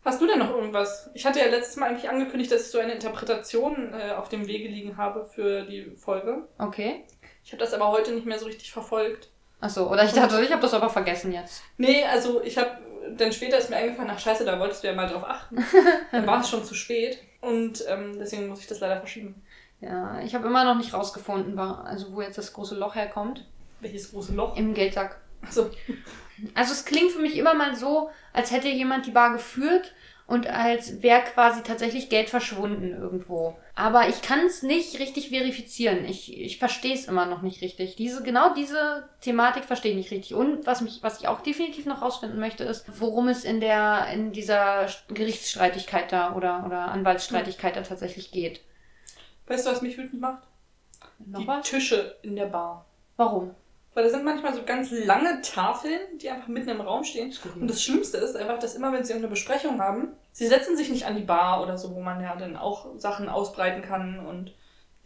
Speaker 1: Hast du denn noch irgendwas? Ich hatte ja letztes Mal eigentlich angekündigt, dass ich so eine Interpretation äh, auf dem Wege liegen habe für die Folge.
Speaker 2: Okay.
Speaker 1: Ich habe das aber heute nicht mehr so richtig verfolgt.
Speaker 2: Achso, oder ich dachte, ich habe das aber vergessen jetzt.
Speaker 1: Nee, also ich habe, dann später ist mir eingefallen, ach scheiße, da wolltest du ja mal drauf
Speaker 2: *laughs*
Speaker 1: achten. dann war es schon zu spät und ähm, deswegen muss ich das leider verschieben.
Speaker 2: Ja, ich habe immer noch nicht rausgefunden, wa- also wo jetzt das große Loch herkommt.
Speaker 1: Welches große Loch?
Speaker 2: Im Geldsack.
Speaker 1: Also,
Speaker 2: Also es klingt für mich immer mal so, als hätte jemand die Bar geführt und als wäre quasi tatsächlich Geld verschwunden irgendwo. Aber ich kann es nicht richtig verifizieren. Ich, ich verstehe es immer noch nicht richtig. Diese, genau diese Thematik verstehe ich nicht richtig. Und was, mich, was ich auch definitiv noch rausfinden möchte, ist, worum es in, der, in dieser Gerichtsstreitigkeit da oder, oder Anwaltsstreitigkeit da tatsächlich geht.
Speaker 1: weißt du, was mich wütend macht?
Speaker 2: Noch
Speaker 1: die
Speaker 2: was?
Speaker 1: Tische in der Bar.
Speaker 2: Warum?
Speaker 1: Weil da sind manchmal so ganz lange Tafeln, die einfach mitten im Raum stehen. Und das Schlimmste ist einfach, dass immer, wenn sie irgendeine Besprechung haben, sie setzen sich nicht an die Bar oder so, wo man ja dann auch Sachen ausbreiten kann und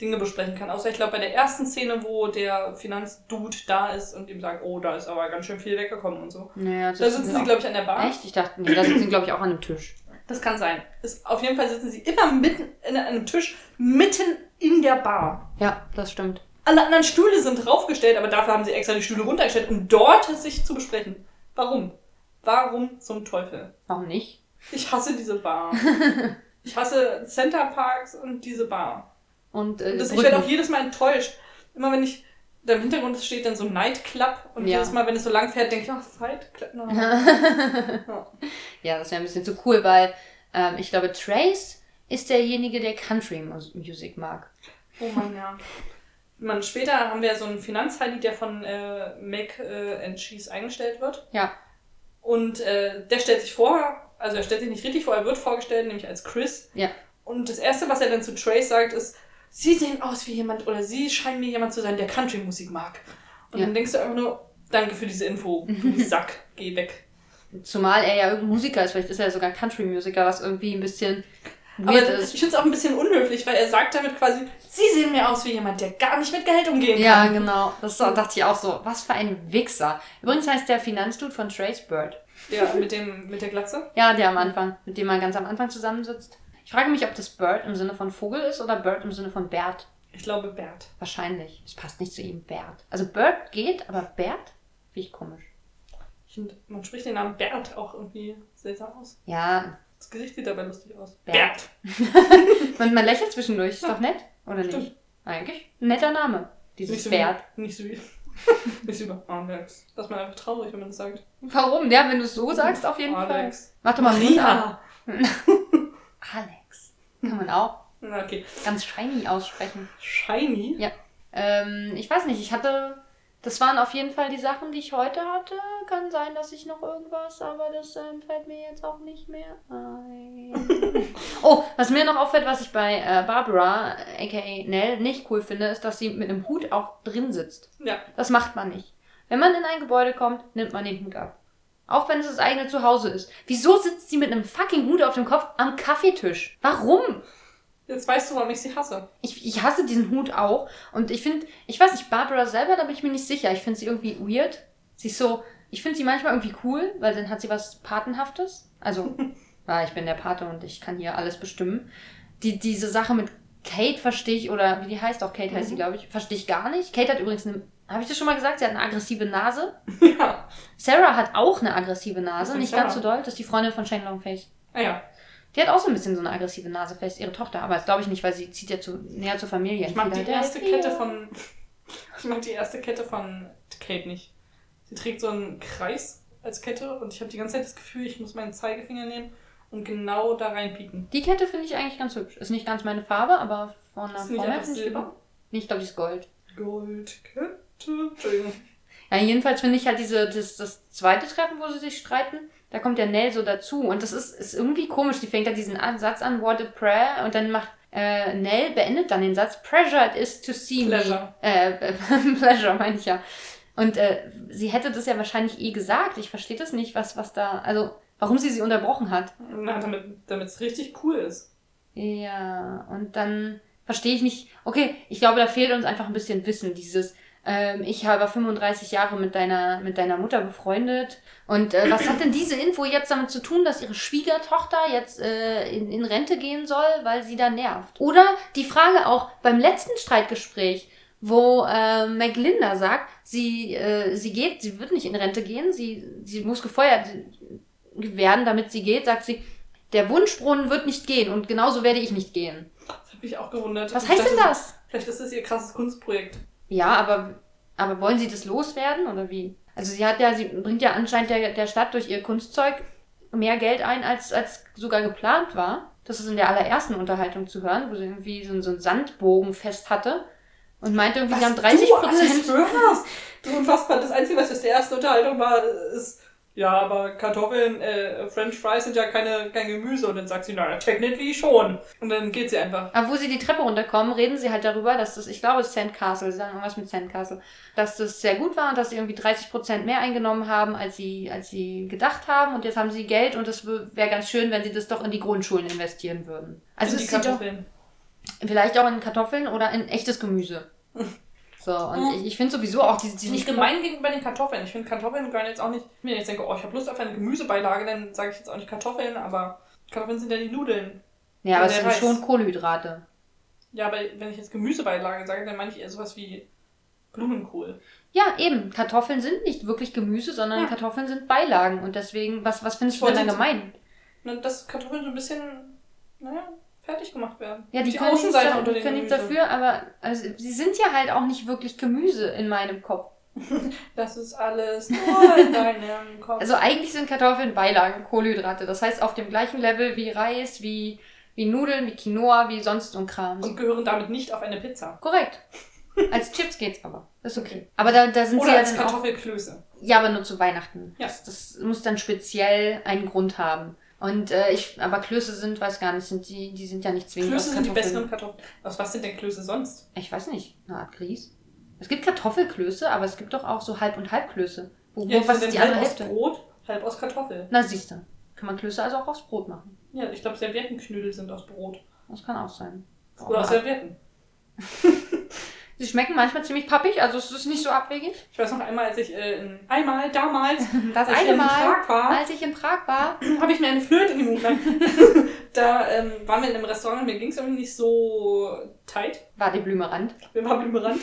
Speaker 1: Dinge besprechen kann. Außer ich glaube bei der ersten Szene, wo der Finanzdude da ist und ihm sagt, oh, da ist aber ganz schön viel weggekommen und so.
Speaker 2: Naja, das
Speaker 1: Da sitzen sie,
Speaker 2: auch-
Speaker 1: glaube ich, an der Bar.
Speaker 2: Echt? Ich dachte, nee, da sitzen sie, glaube ich, auch an einem Tisch.
Speaker 1: Das kann sein. Ist, auf jeden Fall sitzen sie immer mitten in einem Tisch, mitten in der Bar.
Speaker 2: Ja, das stimmt.
Speaker 1: Alle anderen Stühle sind draufgestellt, aber dafür haben sie extra die Stühle runtergestellt, um dort sich zu besprechen. Warum? Warum zum Teufel?
Speaker 2: Warum nicht?
Speaker 1: Ich hasse diese Bar.
Speaker 2: *laughs*
Speaker 1: Ich hasse Centerparks und diese Bar.
Speaker 2: Und, äh,
Speaker 1: Und das, ich
Speaker 2: Brücken.
Speaker 1: werde auch jedes Mal enttäuscht. Immer wenn ich, da im Hintergrund steht dann so ein Nightclub und
Speaker 2: Ja.
Speaker 1: jedes Mal, wenn es so lang fährt, denke ich, ach, Nightclub.
Speaker 2: *laughs*
Speaker 1: Na.
Speaker 2: ja, das wäre ein bisschen zu cool, weil ähm, ich glaube, Trace ist derjenige, der Country Mus- Music mag.
Speaker 1: Oh mein ja. Man, später haben wir so einen Finanzheini, der von äh, Mac äh, and Cheese eingestellt wird.
Speaker 2: Ja.
Speaker 1: Und äh, der stellt sich vor, also er stellt sich nicht richtig vor, er wird vorgestellt, nämlich als Chris.
Speaker 2: Ja.
Speaker 1: Und das Erste, was er dann zu Trace sagt, ist, sie sehen aus wie jemand oder sie scheinen mir jemand zu sein, der Country-Musik mag. Und
Speaker 2: Ja.
Speaker 1: dann denkst du einfach nur, danke für diese
Speaker 2: *laughs*
Speaker 1: Info, du Sack, geh weg.
Speaker 2: Zumal er ja irgendein Musiker ist, vielleicht ist er ja sogar Country Musiker, was irgendwie ein bisschen
Speaker 1: Aber
Speaker 2: weird
Speaker 1: ich
Speaker 2: ist.
Speaker 1: finde es auch ein bisschen unhöflich, weil er sagt damit quasi, sie sehen mir aus wie jemand, der gar nicht mit Geld umgehen
Speaker 2: Ja,
Speaker 1: kann.
Speaker 2: genau. Das so- dachte ich auch so. Was für ein Wichser. Übrigens heißt der Finanzdude von Trace Bird.
Speaker 1: Ja, mit, dem, mit der Glatze.
Speaker 2: Ja, der am Anfang, mit dem man ganz am Anfang zusammensitzt. Ich frage mich, ob das Bird im Sinne von Vogel ist oder Bird im Sinne von Bert.
Speaker 1: Ich glaube, Bert.
Speaker 2: Wahrscheinlich. Es passt nicht zu ihm, Bert. Also Bird geht, aber Bert finde ich komisch.
Speaker 1: Ich finde, man spricht den Namen Bert auch irgendwie seltsam aus.
Speaker 2: Ja,
Speaker 1: Das Gesicht sieht dabei lustig aus.
Speaker 2: Bert. man, man lächelt zwischendurch, ist doch nett, oder
Speaker 1: Stimmt.
Speaker 2: nicht? Eigentlich ein netter Name,
Speaker 1: Nicht
Speaker 2: dieses
Speaker 1: so
Speaker 2: Bert.
Speaker 1: wie. Nicht so
Speaker 2: *laughs*
Speaker 1: wie. nicht so über Alex. Das ist man einfach traurig, wenn man das sagt.
Speaker 2: Warum? Ja, wenn du es so sagst, auf jeden Fall.
Speaker 1: Alex.
Speaker 2: Mach doch mal Mund auf.
Speaker 1: Maria.
Speaker 2: Alex. Kann man auch
Speaker 1: Na, okay.
Speaker 2: ganz shiny aussprechen.
Speaker 1: Shiny.
Speaker 2: Ähm, ich weiß nicht, ich hatte... Das waren auf jeden Fall die Sachen, die ich heute hatte. Kann sein, dass ich noch irgendwas, aber das ähm, fällt mir jetzt auch nicht mehr ein. oh, was mir noch auffällt, was ich bei äh, Barbara, äh, aka Nell, nicht cool finde, ist, dass sie mit einem Hut auch drin sitzt.
Speaker 1: Ja.
Speaker 2: Das macht man nicht. Wenn man in ein Gebäude kommt, nimmt man den Hut ab. Auch wenn es das eigene Zuhause ist. Wieso sitzt sie mit einem fucking Hut auf dem Kopf am Kaffeetisch? Warum?
Speaker 1: Jetzt weißt du, warum ich sie hasse. *laughs*
Speaker 2: Ich, ich hasse diesen Hut auch. Und ich finde, ich weiß nicht, Barbara selber, da bin ich mir nicht sicher. Ich finde sie irgendwie weird. Sie ist so, ich finde sie manchmal irgendwie cool, weil dann hat sie was Patenhaftes. *laughs* Also, ja, ich bin der Pate und ich kann hier alles bestimmen. Die, diese Sache mit Kate verstehe ich, oder wie die heißt auch, Kate heißt sie,
Speaker 1: Mhm.
Speaker 2: glaube ich, verstehe ich gar nicht. Kate hat übrigens eine, habe ich das schon mal gesagt, sie hat eine aggressive Nase.
Speaker 1: ja.
Speaker 2: Sarah hat auch eine aggressive
Speaker 1: Was
Speaker 2: Nase,
Speaker 1: denn
Speaker 2: nicht
Speaker 1: Sarah?
Speaker 2: ganz so doll. Das ist die Freundin von Shane Longface.
Speaker 1: Ah ja.
Speaker 2: Die hat auch so ein bisschen so eine aggressive Nase, vielleicht ist ihre Tochter, aber das glaube ich nicht, weil sie zieht ja zu, näher zur Familie.
Speaker 1: Ich mag die
Speaker 2: Philadelphia.
Speaker 1: erste Kette von. *laughs* Ich mag die erste Kette von Kate nicht. Sie trägt so einen Kreis als Kette und ich habe die ganze Zeit das Gefühl, ich muss meinen Zeigefinger nehmen und genau da reinpieken.
Speaker 2: Die Kette finde ich eigentlich ganz hübsch. Ist nicht ganz meine Farbe, aber von der
Speaker 1: Ist nicht
Speaker 2: Form her
Speaker 1: einfach
Speaker 2: finde ich die
Speaker 1: Silber?
Speaker 2: gut. Nee, ich glaube, die ist Gold.
Speaker 1: Goldkette. Entschuldigung.
Speaker 2: Ja, jedenfalls finde ich halt diese, das, das zweite Treffen, wo sie sich streiten, da kommt der Nell so dazu. Und das ist, ist irgendwie komisch. Die fängt da diesen An- Satz an, what a prayer, und dann macht äh, Nell beendet dann den Satz, pressure it is to see
Speaker 1: Pleasure.
Speaker 2: me. Äh, *laughs* pleasure meine ich ja. Und äh, sie hätte das ja wahrscheinlich eh gesagt. Ich verstehe das nicht, was, was da, also warum sie sie unterbrochen hat.
Speaker 1: Na, damit es richtig cool ist.
Speaker 2: Ja, und dann verstehe ich nicht. Okay, ich glaube, da fehlt uns einfach ein bisschen Wissen. Dieses, ähm, ich habe 35 Jahre mit deiner, mit deiner Mutter befreundet. Und äh, was hat denn diese Info jetzt damit zu tun, dass ihre Schwiegertochter jetzt äh, in, in Rente gehen soll, weil sie da nervt? Oder die Frage auch beim letzten Streitgespräch, wo äh, McLinda sagt, sie, äh, sie geht, sie wird nicht in Rente gehen, sie, sie muss gefeuert werden, damit sie geht, sagt sie, der Wunschbrunnen wird nicht gehen und genauso werde ich nicht gehen.
Speaker 1: Das hat mich auch gewundert.
Speaker 2: Was
Speaker 1: Ich
Speaker 2: heißt
Speaker 1: dachte
Speaker 2: denn
Speaker 1: so,
Speaker 2: das?
Speaker 1: Vielleicht ist es ihr krasses Kunstprojekt.
Speaker 2: Ja, aber Aber wollen sie das loswerden oder wie? Also sie hat ja, sie bringt ja anscheinend der, der Stadt durch ihr Kunstzeug mehr Geld ein, als, als sogar geplant war. Das ist in der allerersten Unterhaltung zu hören, wo sie irgendwie so, einen- so einen Sandbogen fest hatte und meinte irgendwie, sie haben 30
Speaker 1: du alles
Speaker 2: Prozent.
Speaker 1: hörst. Du unfassbar. Das Einzige, was aus der ersten Unterhaltung war, ist, ja, aber Kartoffeln, äh, French Fries sind ja keine, kein Gemüse. Und dann sagt sie, naja, technically schon. Und dann geht sie einfach.
Speaker 2: Aber wo sie die Treppe runterkommen, reden sie halt darüber, dass das, ich glaube, es ist Sandcastle, sie sagen irgendwas mit Sandcastle, dass das sehr gut war und dass sie irgendwie 30 Prozent mehr eingenommen haben, als sie, als sie gedacht haben und jetzt haben sie Geld und es wäre ganz schön, wenn sie das doch in die Grundschulen investieren würden. Also
Speaker 1: in die
Speaker 2: es sieht doch
Speaker 1: Kartoffeln.
Speaker 2: Vielleicht auch in Kartoffeln oder in echtes Gemüse.
Speaker 1: *laughs*
Speaker 2: So, und ich, ich finde sowieso auch diese,
Speaker 1: Das
Speaker 2: diese
Speaker 1: ist nicht gemein gegenüber den Kartoffeln. Ich finde Kartoffeln gehören jetzt auch nicht. Wenn ich jetzt denke, oh, ich habe Lust auf eine Gemüsebeilage, dann sage ich jetzt auch nicht Kartoffeln, aber Kartoffeln sind ja die Nudeln.
Speaker 2: Ja, aber es
Speaker 1: Wer
Speaker 2: sind
Speaker 1: weiß.
Speaker 2: schon Kohlenhydrate.
Speaker 1: Ja, aber wenn ich jetzt Gemüsebeilage sage, dann meine ich eher sowas wie Blumenkohl.
Speaker 2: Ja, eben. Kartoffeln sind nicht wirklich Gemüse, sondern
Speaker 1: Ja.
Speaker 2: Kartoffeln sind Beilagen. Und deswegen, was, was findest
Speaker 1: Ich
Speaker 2: du denn da
Speaker 1: wollte jetzt-
Speaker 2: gemein?
Speaker 1: Na, Ne, dass Kartoffeln so ein bisschen, naja, fertig gemacht werden.
Speaker 2: Ja, die, können, nichts,
Speaker 1: Außenseite
Speaker 2: da,
Speaker 1: unter
Speaker 2: die
Speaker 1: den
Speaker 2: können nichts
Speaker 1: Gemüse.
Speaker 2: dafür, aber also, sie sind ja halt auch nicht wirklich Gemüse in meinem Kopf.
Speaker 1: Das ist
Speaker 2: *laughs*
Speaker 1: alles nur in deinem Kopf.
Speaker 2: Also eigentlich sind Kartoffeln Beilagen, Kohlenhydrate. Das heißt auf dem gleichen Level wie Reis, wie, wie Nudeln, wie Quinoa, wie sonst so ein Kram.
Speaker 1: und gehören damit nicht auf eine Pizza.
Speaker 2: Korrekt.
Speaker 1: *laughs*
Speaker 2: Als Chips geht's aber. Ist okay. Aber da, da sind sie
Speaker 1: Oder
Speaker 2: ja
Speaker 1: als
Speaker 2: dann auch,
Speaker 1: Kartoffelklöße.
Speaker 2: Ja, aber nur zu Weihnachten.
Speaker 1: Ja.
Speaker 2: Das, das muss dann speziell einen Grund haben. Und äh, ich, aber Klöße sind, weiß gar nicht, sind die, die sind ja nicht zwingend
Speaker 1: Klöße
Speaker 2: aus
Speaker 1: sind die
Speaker 2: Kartoffeln.
Speaker 1: besseren Kartoffeln. Aus was sind denn Klöße sonst?
Speaker 2: Ich weiß nicht, eine Art Grieß. Es gibt Kartoffelklöße, aber es gibt doch auch so Halb- und Halbklöße. Wo, wo,
Speaker 1: Ja,
Speaker 2: was
Speaker 1: sind
Speaker 2: ist die
Speaker 1: halb
Speaker 2: andere
Speaker 1: aus
Speaker 2: Hälfte?
Speaker 1: Brot, halb aus Kartoffel.
Speaker 2: Na, siehst du. Kann man Klöße also auch aufs Brot machen.
Speaker 1: Ja, ich glaube, Serviettenknödel sind aus Brot.
Speaker 2: Das kann auch sein.
Speaker 1: Oder aus Servietten.
Speaker 2: Sie schmecken manchmal ziemlich pappig, also es ist nicht so abwegig.
Speaker 1: Ich weiß noch einmal, als ich äh, in, einmal
Speaker 2: *laughs*
Speaker 1: damals,
Speaker 2: Das
Speaker 1: Als ich
Speaker 2: eine
Speaker 1: in
Speaker 2: Mal,
Speaker 1: Prag war-
Speaker 2: als ich in Prag war,
Speaker 1: habe ich mir eine Flöte in den
Speaker 2: *laughs*
Speaker 1: Mund genommen. Da ähm, waren wir in einem Restaurant und mir ging es irgendwie nicht so tight.
Speaker 2: war die Blümerand.
Speaker 1: Wir waren blümerant.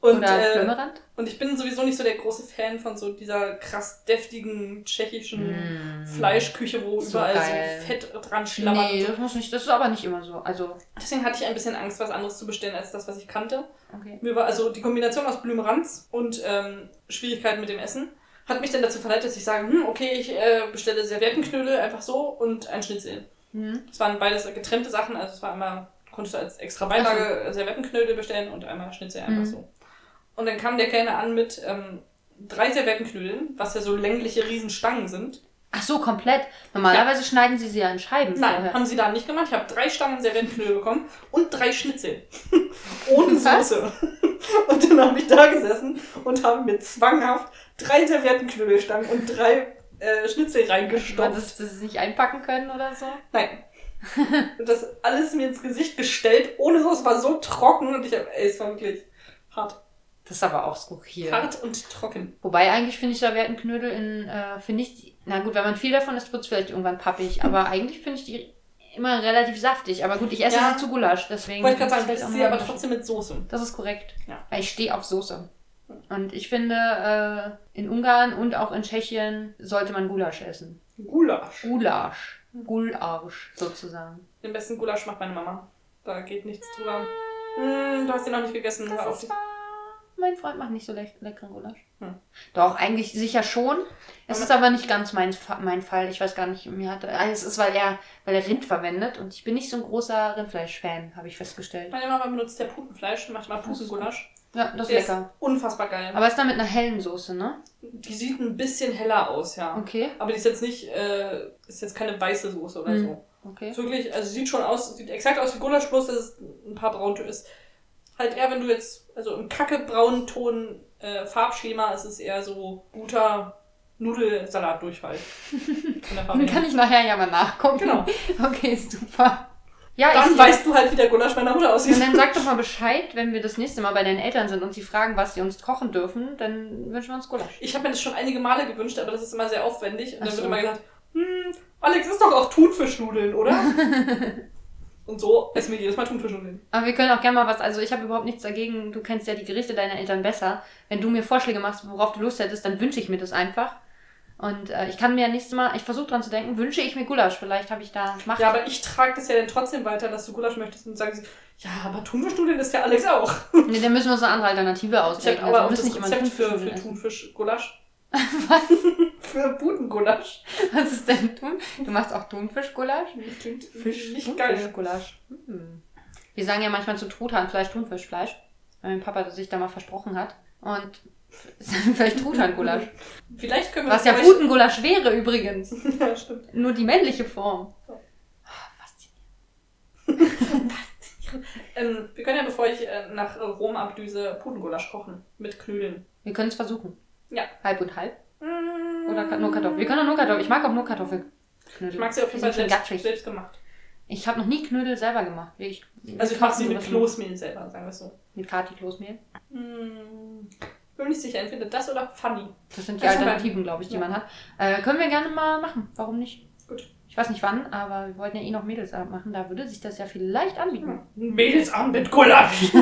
Speaker 1: Und,
Speaker 2: Oder
Speaker 1: äh,
Speaker 2: Blümerand?
Speaker 1: Und ich bin sowieso nicht so der große Fan von so dieser krass deftigen tschechischen
Speaker 2: Mm.
Speaker 1: Fleischküche, wo
Speaker 2: So
Speaker 1: überall
Speaker 2: geil.
Speaker 1: so Fett dran schlammert.
Speaker 2: Nee, das muss nicht. Das ist aber nicht immer so. Also,
Speaker 1: Deswegen hatte ich ein bisschen Angst, was anderes zu bestellen als das, was ich kannte.
Speaker 2: okay.
Speaker 1: Mir war also die Kombination aus Blümeranz und ähm, Schwierigkeiten mit dem Essen hat mich dann dazu verleitet, dass ich sage, hm, okay, ich äh, bestelle Serviettenknödel einfach so und ein Schnitzel.
Speaker 2: Hm.
Speaker 1: Es waren beides getrennte Sachen, also es war einmal, konntest du als extra Beilage Servettenknödel bestellen und einmal Schnitzel einfach
Speaker 2: Mhm.
Speaker 1: so. Und dann kam der Kellner an mit ähm, drei Servettenknödeln, was ja so längliche Riesenstangen sind.
Speaker 2: Ach so, komplett. Normalerweise schneiden sie sie Mhm. ja in Scheiben
Speaker 1: Nein,
Speaker 2: vorher.
Speaker 1: haben sie da nicht gemacht. Ich habe drei Stangen Servettenknödel bekommen und drei
Speaker 2: *laughs*
Speaker 1: Schnitzel. Ohne
Speaker 2: Was?
Speaker 1: Soße. *laughs* Und dann habe ich da gesessen und habe mir zwanghaft drei Servettenknödelstangen und drei äh, Schnitzel
Speaker 2: Weil
Speaker 1: reingestopft.
Speaker 2: das, dass sie es nicht einpacken können oder so.
Speaker 1: Nein. *laughs* und das alles mir ins Gesicht gestellt, ohne Soße, war so trocken und ich hab, ey, es war wirklich hart.
Speaker 2: Das ist aber auch skurril.
Speaker 1: Hart und trocken.
Speaker 2: Wobei eigentlich finde ich da werden Knödel in, äh, finde ich, die- na gut, wenn man viel davon isst, wird es vielleicht
Speaker 1: *laughs*
Speaker 2: irgendwann pappig. Aber eigentlich finde ich die immer relativ saftig. Aber gut, ich esse
Speaker 1: Ja.
Speaker 2: sie zu Gulasch, deswegen.
Speaker 1: Wollte ich
Speaker 2: ist
Speaker 1: gerade sagen,
Speaker 2: vielleicht
Speaker 1: das
Speaker 2: auch
Speaker 1: ist sie
Speaker 2: nochmal
Speaker 1: aber
Speaker 2: ein
Speaker 1: trotzdem mit Soße.
Speaker 2: Das ist korrekt.
Speaker 1: Ja. Hm.
Speaker 2: Weil ich stehe auf Soße. Und ich finde, äh, in Ungarn und auch in Tschechien sollte man Gulasch essen.
Speaker 1: Gulasch.
Speaker 2: Gulasch.
Speaker 1: Hm.
Speaker 2: Gulasch sozusagen.
Speaker 1: Den besten Gulasch macht meine Mama. Da geht nichts drüber. Hm, du hast den noch nicht gegessen. Hör auf,
Speaker 2: Das ist
Speaker 1: dich-
Speaker 2: wahr. Mein Freund macht nicht so leck leckeren Gulasch.
Speaker 1: Hm.
Speaker 2: Doch, eigentlich sicher schon. Es
Speaker 1: Aber-
Speaker 2: ist aber nicht ganz mein, Fa- mein Fall. Ich weiß gar nicht, mir hat. ah, Es ist, weil er, weil er Rind verwendet und ich bin nicht so ein großer Rindfleisch-Fan, habe ich festgestellt.
Speaker 1: meine Mama benutzt ja Putenfleisch und macht mal
Speaker 2: Das ist
Speaker 1: Putengulasch.
Speaker 2: Ja, das ist
Speaker 1: Der
Speaker 2: lecker.
Speaker 1: Unfassbar geil.
Speaker 2: Aber es ist dann mit einer hellen Soße, ne?
Speaker 1: Die sieht ein bisschen heller aus, ja.
Speaker 2: Okay,
Speaker 1: Aber die ist jetzt nicht, äh, ist jetzt keine weiße Soße oder
Speaker 2: Mhm.
Speaker 1: so.
Speaker 2: okay.
Speaker 1: Ist wirklich, also sieht schon aus, sieht exakt aus wie Gulasch, bloß dass es ein paar Brauntöne ist. Halt eher, wenn du jetzt, also im kacke braunen Ton äh, Farbschema, ist es eher so guter Nudelsalatdurchfall. Von der Farbe
Speaker 2: Dann
Speaker 1: her.
Speaker 2: kann ich nachher ja mal nachgucken.
Speaker 1: Genau.
Speaker 2: *laughs* Okay, super. Ja,
Speaker 1: Dann
Speaker 2: ich,
Speaker 1: weißt du halt, wie der Gulasch meiner Mutter
Speaker 2: und
Speaker 1: aussieht.
Speaker 2: *laughs* dann sag doch mal Bescheid, wenn wir das nächste Mal bei deinen Eltern sind und sie fragen, was sie uns kochen dürfen, dann wünschen wir uns Gulasch.
Speaker 1: Ich habe mir das schon einige Male gewünscht, aber das ist immer sehr aufwendig. Und
Speaker 2: Ach
Speaker 1: dann
Speaker 2: so.
Speaker 1: wird immer gesagt, hm, Alex, ist doch auch Thunfischnudeln,
Speaker 2: *laughs*
Speaker 1: oder? Und so essen wir jedes Mal Thunfischnudeln.
Speaker 2: Aber wir können auch gerne mal was, also ich habe überhaupt nichts dagegen, du kennst ja die Gerichte deiner Eltern besser. Wenn du mir Vorschläge machst, worauf du Lust hättest, dann wünsche ich mir das einfach. Und äh, ich kann mir nächstes Mal, ich versuche dran zu denken, wünsche ich mir Gulasch. Vielleicht habe ich da Macht.
Speaker 1: Ja, aber ich trage das ja dann trotzdem weiter, dass du Gulasch möchtest und sagen sie, ja, aber Thunfischnudeln ist ja Alex auch.
Speaker 2: nee, dann müssen wir uns eine andere Alternative
Speaker 1: Ich habe
Speaker 2: ausdenken.
Speaker 1: aber
Speaker 2: wir
Speaker 1: auch das
Speaker 2: müssen
Speaker 1: Rezept
Speaker 2: immer
Speaker 1: für, für
Speaker 2: Thunfisch essen.
Speaker 1: *laughs* Thunfisch-Gulasch.
Speaker 2: Was?
Speaker 1: Für Budengulasch.
Speaker 2: Was ist denn Thun? Du machst auch Thunfischgulasch?
Speaker 1: Das klingt
Speaker 2: Fisch,
Speaker 1: nicht geil.
Speaker 2: Thunfischgulasch. Hm. Wir sagen ja manchmal zu Truthahn-Fleisch, Thunfischfleisch, weil mein Papa sich da mal versprochen hat. Und *laughs* vielleicht Truthahn-Gulasch.
Speaker 1: Vielleicht können wir
Speaker 2: Was ja
Speaker 1: vielleicht-
Speaker 2: Putengulasch wäre übrigens.
Speaker 1: *laughs* Ja, stimmt.
Speaker 2: Nur die männliche Form.
Speaker 1: Ähm, wir können ja, bevor ich äh, nach äh, Rom abdüse, Pudengulasch kochen. Mit Knödeln.
Speaker 2: Wir können es versuchen.
Speaker 1: Ja.
Speaker 2: Halb und halb. Oder
Speaker 1: Oder
Speaker 2: Ka- nur Kartoffeln. Wir können auch nur Kartoffeln. Ich mag auch nur Kartoffeln.
Speaker 1: Mm. Ich mag sie auf jeden Fall selbst,
Speaker 2: selbst.
Speaker 1: selbst gemacht.
Speaker 2: Ich habe noch nie Knödel selber gemacht. Ich,
Speaker 1: Also ich mache sie mit
Speaker 2: sowas
Speaker 1: Kloßmehl selber, sagen wir es so.
Speaker 2: Mit Kati Kloßmehl.
Speaker 1: Hm, bin nicht sicher, entweder das oder Funny.
Speaker 2: Das sind die
Speaker 1: Das ist
Speaker 2: Alternativen, glaube ich, die
Speaker 1: Ja.
Speaker 2: man hat. Äh, können wir gerne mal machen. Warum nicht?
Speaker 1: Gut.
Speaker 2: Ich weiß nicht wann, aber wir wollten ja eh noch Mädelsabend machen. Da würde sich das ja vielleicht anbieten.
Speaker 1: Hm. Mädelsabend mit Gulasch.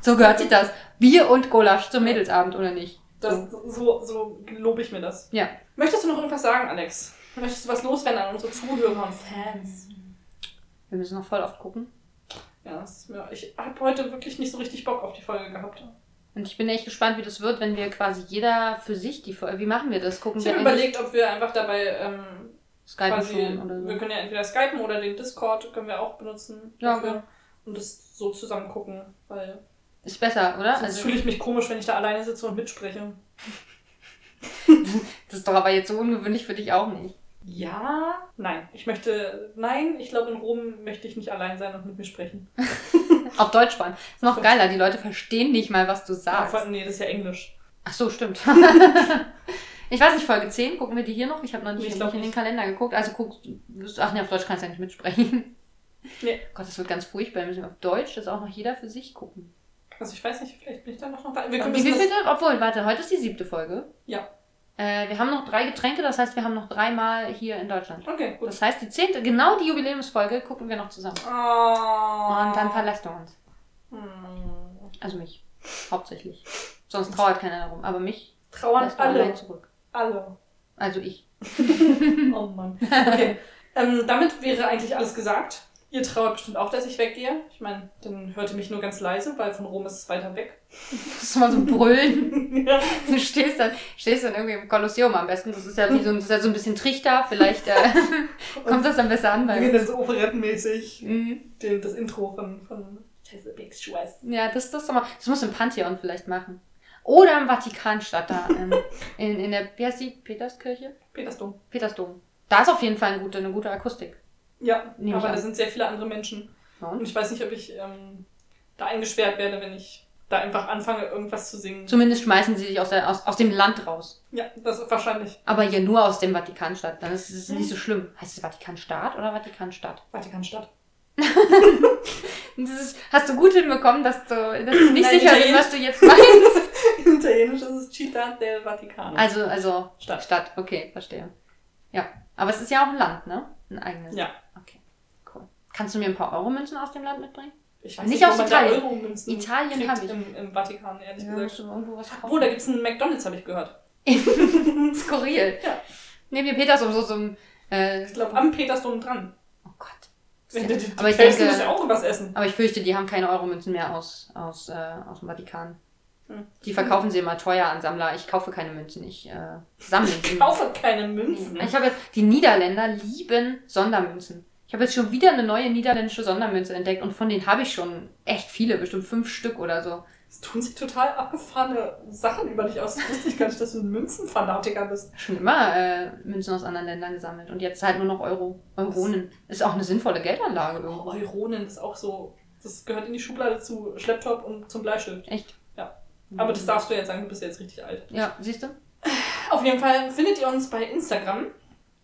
Speaker 2: So gehört sich das. Bier und Gulasch zum Mädelsabend, oder nicht?
Speaker 1: Das, so, so lobe ich mir das.
Speaker 2: Ja.
Speaker 1: Möchtest du noch irgendwas sagen, Alex? Möchtest du was loswerden an unsere Zuhörer und Fans?
Speaker 2: Wir müssen noch voll oft gucken.
Speaker 1: Ja, das ist mir, ich habe heute wirklich nicht so richtig Bock auf die Folge gehabt.
Speaker 2: Und ich bin echt gespannt, wie das wird, wenn wir quasi jeder für sich die Folge. Wie machen wir das? Gucken
Speaker 1: Ich
Speaker 2: wir
Speaker 1: habe überlegt, ob wir einfach dabei ähm,
Speaker 2: Skype
Speaker 1: quasi,
Speaker 2: schon oder
Speaker 1: wir
Speaker 2: so.
Speaker 1: können ja entweder skypen oder den Discord können wir auch benutzen.
Speaker 2: Ja,
Speaker 1: dafür.
Speaker 2: ja.
Speaker 1: Und das so zusammen gucken, weil
Speaker 2: Ist besser, oder?
Speaker 1: sonst
Speaker 2: Also,
Speaker 1: fühle ich mich komisch, wenn ich da alleine sitze und mitspreche.
Speaker 2: das ist doch aber jetzt so ungewöhnlich für dich auch nicht.
Speaker 1: Ja? Nein. Ich möchte, nein, ich glaube, in Rom möchte ich nicht allein sein und mit mir sprechen.
Speaker 2: Auf Deutsch vor allem. Ist noch geiler. Die Leute verstehen nicht mal, was du sagst.
Speaker 1: Vor allem, nee, das ist ja Englisch.
Speaker 2: Ach so, stimmt. *laughs* ich weiß nicht, Folge 10, gucken wir die hier noch? Ich habe noch nicht,
Speaker 1: Ich glaub
Speaker 2: nicht in den
Speaker 1: nicht.
Speaker 2: Kalender geguckt. Also guck, ach nee, auf Deutsch kannst du ja nicht mitsprechen.
Speaker 1: Nee.
Speaker 2: Gott, das wird ganz furchtbar. Wir müssen auf Deutsch das auch noch jeder für sich gucken.
Speaker 1: Also ich weiß nicht, vielleicht bin ich da noch noch da. Wir
Speaker 2: Und
Speaker 1: können
Speaker 2: Äh, Wie wie
Speaker 1: das,
Speaker 2: viele? Obwohl, warte, heute ist die siebte Folge.
Speaker 1: Ja.
Speaker 2: Äh, wir haben noch drei Getränke, das heißt, wir haben noch dreimal hier in Deutschland.
Speaker 1: Okay, gut.
Speaker 2: Das heißt, die zehnte, genau die Jubiläumsfolge gucken wir noch zusammen.
Speaker 1: Ah.
Speaker 2: Und dann verlässt er uns.
Speaker 1: Hm.
Speaker 2: Also mich. Hauptsächlich. Sonst trauert keiner darum. Aber mich
Speaker 1: Trauern
Speaker 2: lässt man allein
Speaker 1: alle.
Speaker 2: zurück.
Speaker 1: Alle.
Speaker 2: Also ich. *laughs*
Speaker 1: Oh Mann. Okay. ähm, damit wäre eigentlich alles gesagt. Ihr trauert bestimmt auch, dass ich weggehe. Ich meine, dann hört ihr mich nur ganz leise, weil von Rom ist es weiter weg. *laughs*
Speaker 2: Das ist mal so ein Brüllen. *laughs*
Speaker 1: ja.
Speaker 2: Du stehst dann, stehst dann irgendwie im Kolosseum am besten. Das ist ja wie so ein, das ist ja so ein bisschen Trichter. Vielleicht äh, *laughs* kommt das dann besser an.
Speaker 1: Mir
Speaker 2: Weil,
Speaker 1: das so operettenmäßig.
Speaker 2: Mhm.
Speaker 1: Den- Das Intro von, von Scheiße, Big Schweiß.
Speaker 2: ja, das, das, doch mal, das muss im Pantheon vielleicht machen. Oder im
Speaker 1: *laughs*
Speaker 2: Vatikanstadt da. Ähm, in, in der, wie heißt die? Peterskirche?
Speaker 1: Petersdom.
Speaker 2: Petersdom. Da ist auf jeden Fall eine gute, eine gute Akustik.
Speaker 1: Ja,
Speaker 2: Nehm ich
Speaker 1: aber
Speaker 2: an.
Speaker 1: da sind sehr viele andere Menschen.
Speaker 2: Ja,
Speaker 1: Und
Speaker 2: und?
Speaker 1: ich weiß nicht, ob ich ähm, da eingesperrt werde, wenn ich da einfach anfange, irgendwas zu singen.
Speaker 2: Zumindest schmeißen sie sich aus, der, aus, aus dem Land raus.
Speaker 1: Ja, das ist wahrscheinlich.
Speaker 2: Aber ja nur aus dem Vatikanstadt. Dann ist es nicht so schlimm. Heißt es Vatikanstaat oder Vatikanstadt?
Speaker 1: Vatikanstadt. *laughs*
Speaker 2: Das ist, hast du gut hinbekommen, dass du das ist nicht
Speaker 1: Nein,
Speaker 2: sicher bin,
Speaker 1: Italienisch.
Speaker 2: was du jetzt meinst.
Speaker 1: Im Italienisch ist es Città del Vaticano.
Speaker 2: Also, also
Speaker 1: Stadt.
Speaker 2: Stadt, okay, verstehe. Ja, aber es ist ja auch ein Land, ne? Ein eigenes.
Speaker 1: Ja.
Speaker 2: Okay, cool. Kannst du mir ein paar Euro-Münzen aus dem Land mitbringen?
Speaker 1: Ich weiß
Speaker 2: Nicht
Speaker 1: nicht,
Speaker 2: aus
Speaker 1: wo man
Speaker 2: Italien.
Speaker 1: da Euro-Münzen
Speaker 2: Italien
Speaker 1: kriegt
Speaker 2: hab ich.
Speaker 1: Im, Im Vatikan, ehrlich
Speaker 2: musst
Speaker 1: gesagt.
Speaker 2: du irgendwo was
Speaker 1: Wo, da
Speaker 2: kaufen.
Speaker 1: gibt es einen McDonalds, habe ich gehört.
Speaker 2: *laughs* Skurril.
Speaker 1: Ja.
Speaker 2: Nehmen wir Peters um so so ein... Äh,
Speaker 1: Ich glaube, am Petersdom dran.
Speaker 2: oh Gott.
Speaker 1: Wenn *laughs* du die, die
Speaker 2: aber ich
Speaker 1: Felsen
Speaker 2: denke-
Speaker 1: müssen ja auch was essen.
Speaker 2: Aber ich fürchte, die haben keine Euro-Münzen mehr aus, aus, äh, aus dem Vatikan.
Speaker 1: Hm.
Speaker 2: Die verkaufen sie immer teuer an Sammler. Ich kaufe keine Münzen, ich äh, sammle sie.
Speaker 1: Ich kaufe keine Münzen.
Speaker 2: Mhm. Ich habe jetzt, die Niederländer lieben Sondermünzen. Ich habe jetzt schon wieder eine neue niederländische Sondermünze entdeckt und von denen habe ich schon echt viele, bestimmt fünf Stück oder so.
Speaker 1: Es tun sich total abgefahrene Sachen über dich aus. Das wusste ich gar nicht, dass du ein Münzenfanatiker bist.
Speaker 2: Schon immer äh, Münzen aus anderen Ländern gesammelt und jetzt halt nur noch Euro, Euronen. Ist auch eine sinnvolle Geldanlage
Speaker 1: Oh,
Speaker 2: irgendwo.
Speaker 1: Euronen ist auch so. Das gehört in die Schublade zu Schlepptop und zum Bleistift.
Speaker 2: Echt. Mhm.
Speaker 1: Ja. Aber das darfst du jetzt sagen, du bist jetzt richtig alt.
Speaker 2: Ja, siehst du?
Speaker 1: Auf jeden Fall findet ihr uns bei Instagram,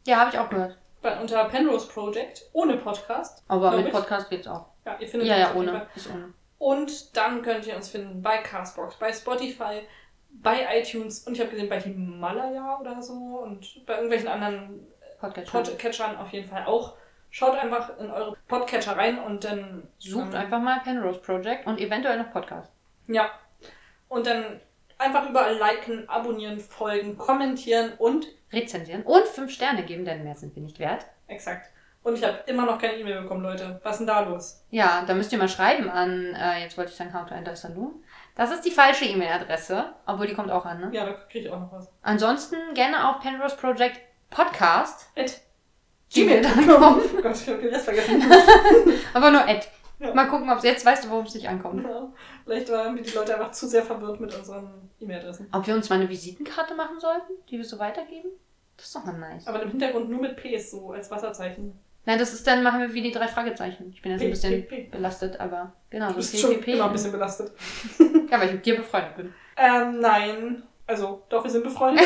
Speaker 2: Ja, habe ich auch gehört.
Speaker 1: bei, unter Penrose Project, ohne Podcast.
Speaker 2: Aber
Speaker 1: Glaub
Speaker 2: mit
Speaker 1: ich.
Speaker 2: Podcast geht's auch.
Speaker 1: Ja, ihr findet
Speaker 2: Ja,
Speaker 1: uns
Speaker 2: ja,
Speaker 1: auf jeden Fall.
Speaker 2: ohne. Ist ohne.
Speaker 1: Und dann könnt ihr uns finden bei Castbox, bei Spotify, bei iTunes und ich habe gesehen bei Himalaya oder so und bei irgendwelchen anderen
Speaker 2: Podcast.
Speaker 1: Podcatchern auf jeden Fall auch. Schaut einfach in eure Podcatcher rein und dann
Speaker 2: Sucht
Speaker 1: ähm,
Speaker 2: einfach mal Penrose Project und eventuell noch Podcast.
Speaker 1: Ja. Und dann Einfach überall liken, abonnieren, folgen, kommentieren und
Speaker 2: Rezensieren und fünf Sterne geben, denn mehr sind wir nicht wert.
Speaker 1: exakt. Und ich habe immer noch keine E-Mail bekommen, Leute. Was ist denn da los?
Speaker 2: Ja, da müsst ihr mal schreiben an, äh, jetzt wollte ich sagen, how to enter Saloon. Das ist die falsche E-Mail-Adresse, obwohl die kommt auch an, ne?
Speaker 1: Ja, da kriege ich auch noch was.
Speaker 2: Ansonsten gerne auf Penrose Project Podcast.
Speaker 1: At *laughs*
Speaker 2: Gmail.com.
Speaker 1: Oh Gott, ich habe den Rest vergessen.
Speaker 2: Aber nur Ad.
Speaker 1: Ja.
Speaker 2: Mal gucken, ob jetzt weißt du, worum es nicht ankommt.
Speaker 1: Ja. Genau. Vielleicht waren wir die Leute einfach zu sehr verwirrt mit unseren E-Mail-Adressen.
Speaker 2: Ob wir uns mal eine Visitenkarte machen sollten, die wir so weitergeben? Das ist doch mal nice.
Speaker 1: Aber im Hintergrund nur mit Ps, so als Wasserzeichen.
Speaker 2: Nein, das ist dann, machen wir wie die drei Fragezeichen. Ich bin jetzt Also ein bisschen
Speaker 1: PPP.
Speaker 2: belastet, aber genau,
Speaker 1: Du
Speaker 2: das
Speaker 1: bist schon
Speaker 2: PPP.
Speaker 1: immer ein
Speaker 2: Ja,
Speaker 1: bisschen belastet.
Speaker 2: weil ich mit dir befreundet bin.
Speaker 1: Ähm, nein. Also, doch, wir sind
Speaker 2: *laughs*
Speaker 1: befreundet.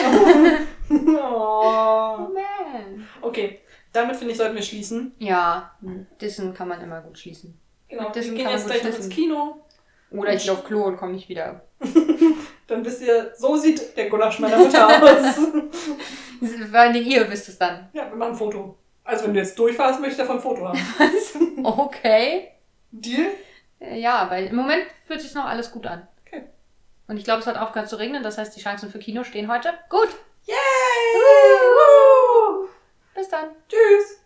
Speaker 1: oh.
Speaker 2: man.
Speaker 1: Okay, damit finde ich, sollten wir schließen.
Speaker 2: Ja, Dissen kann man immer gut schließen.
Speaker 1: Genau,
Speaker 2: Mit
Speaker 1: wir
Speaker 2: diesem
Speaker 1: gehen
Speaker 2: kann man
Speaker 1: jetzt
Speaker 2: gut
Speaker 1: gleich noch
Speaker 2: schließen.
Speaker 1: ins Kino.
Speaker 2: Oder ich gehe auf Klo und komme nicht wieder.
Speaker 1: Dann wisst ihr, so sieht der Gulasch meiner
Speaker 2: *laughs*
Speaker 1: Mutter aus.
Speaker 2: Vor allen Dingen ihr wisst es dann.
Speaker 1: ja, wir machen ein Foto. Also, wenn du jetzt durchfährst, möchte ich davon ein Foto haben.
Speaker 2: Okay.
Speaker 1: Deal?
Speaker 2: Äh, Ja, weil im Moment fühlt sich noch alles gut an.
Speaker 1: Okay.
Speaker 2: Und ich glaube, es hat aufgehört zu regnen, das heißt, die Chancen für Kino stehen heute gut.
Speaker 1: Yay! Woo!
Speaker 2: Bis dann.
Speaker 1: Tschüss!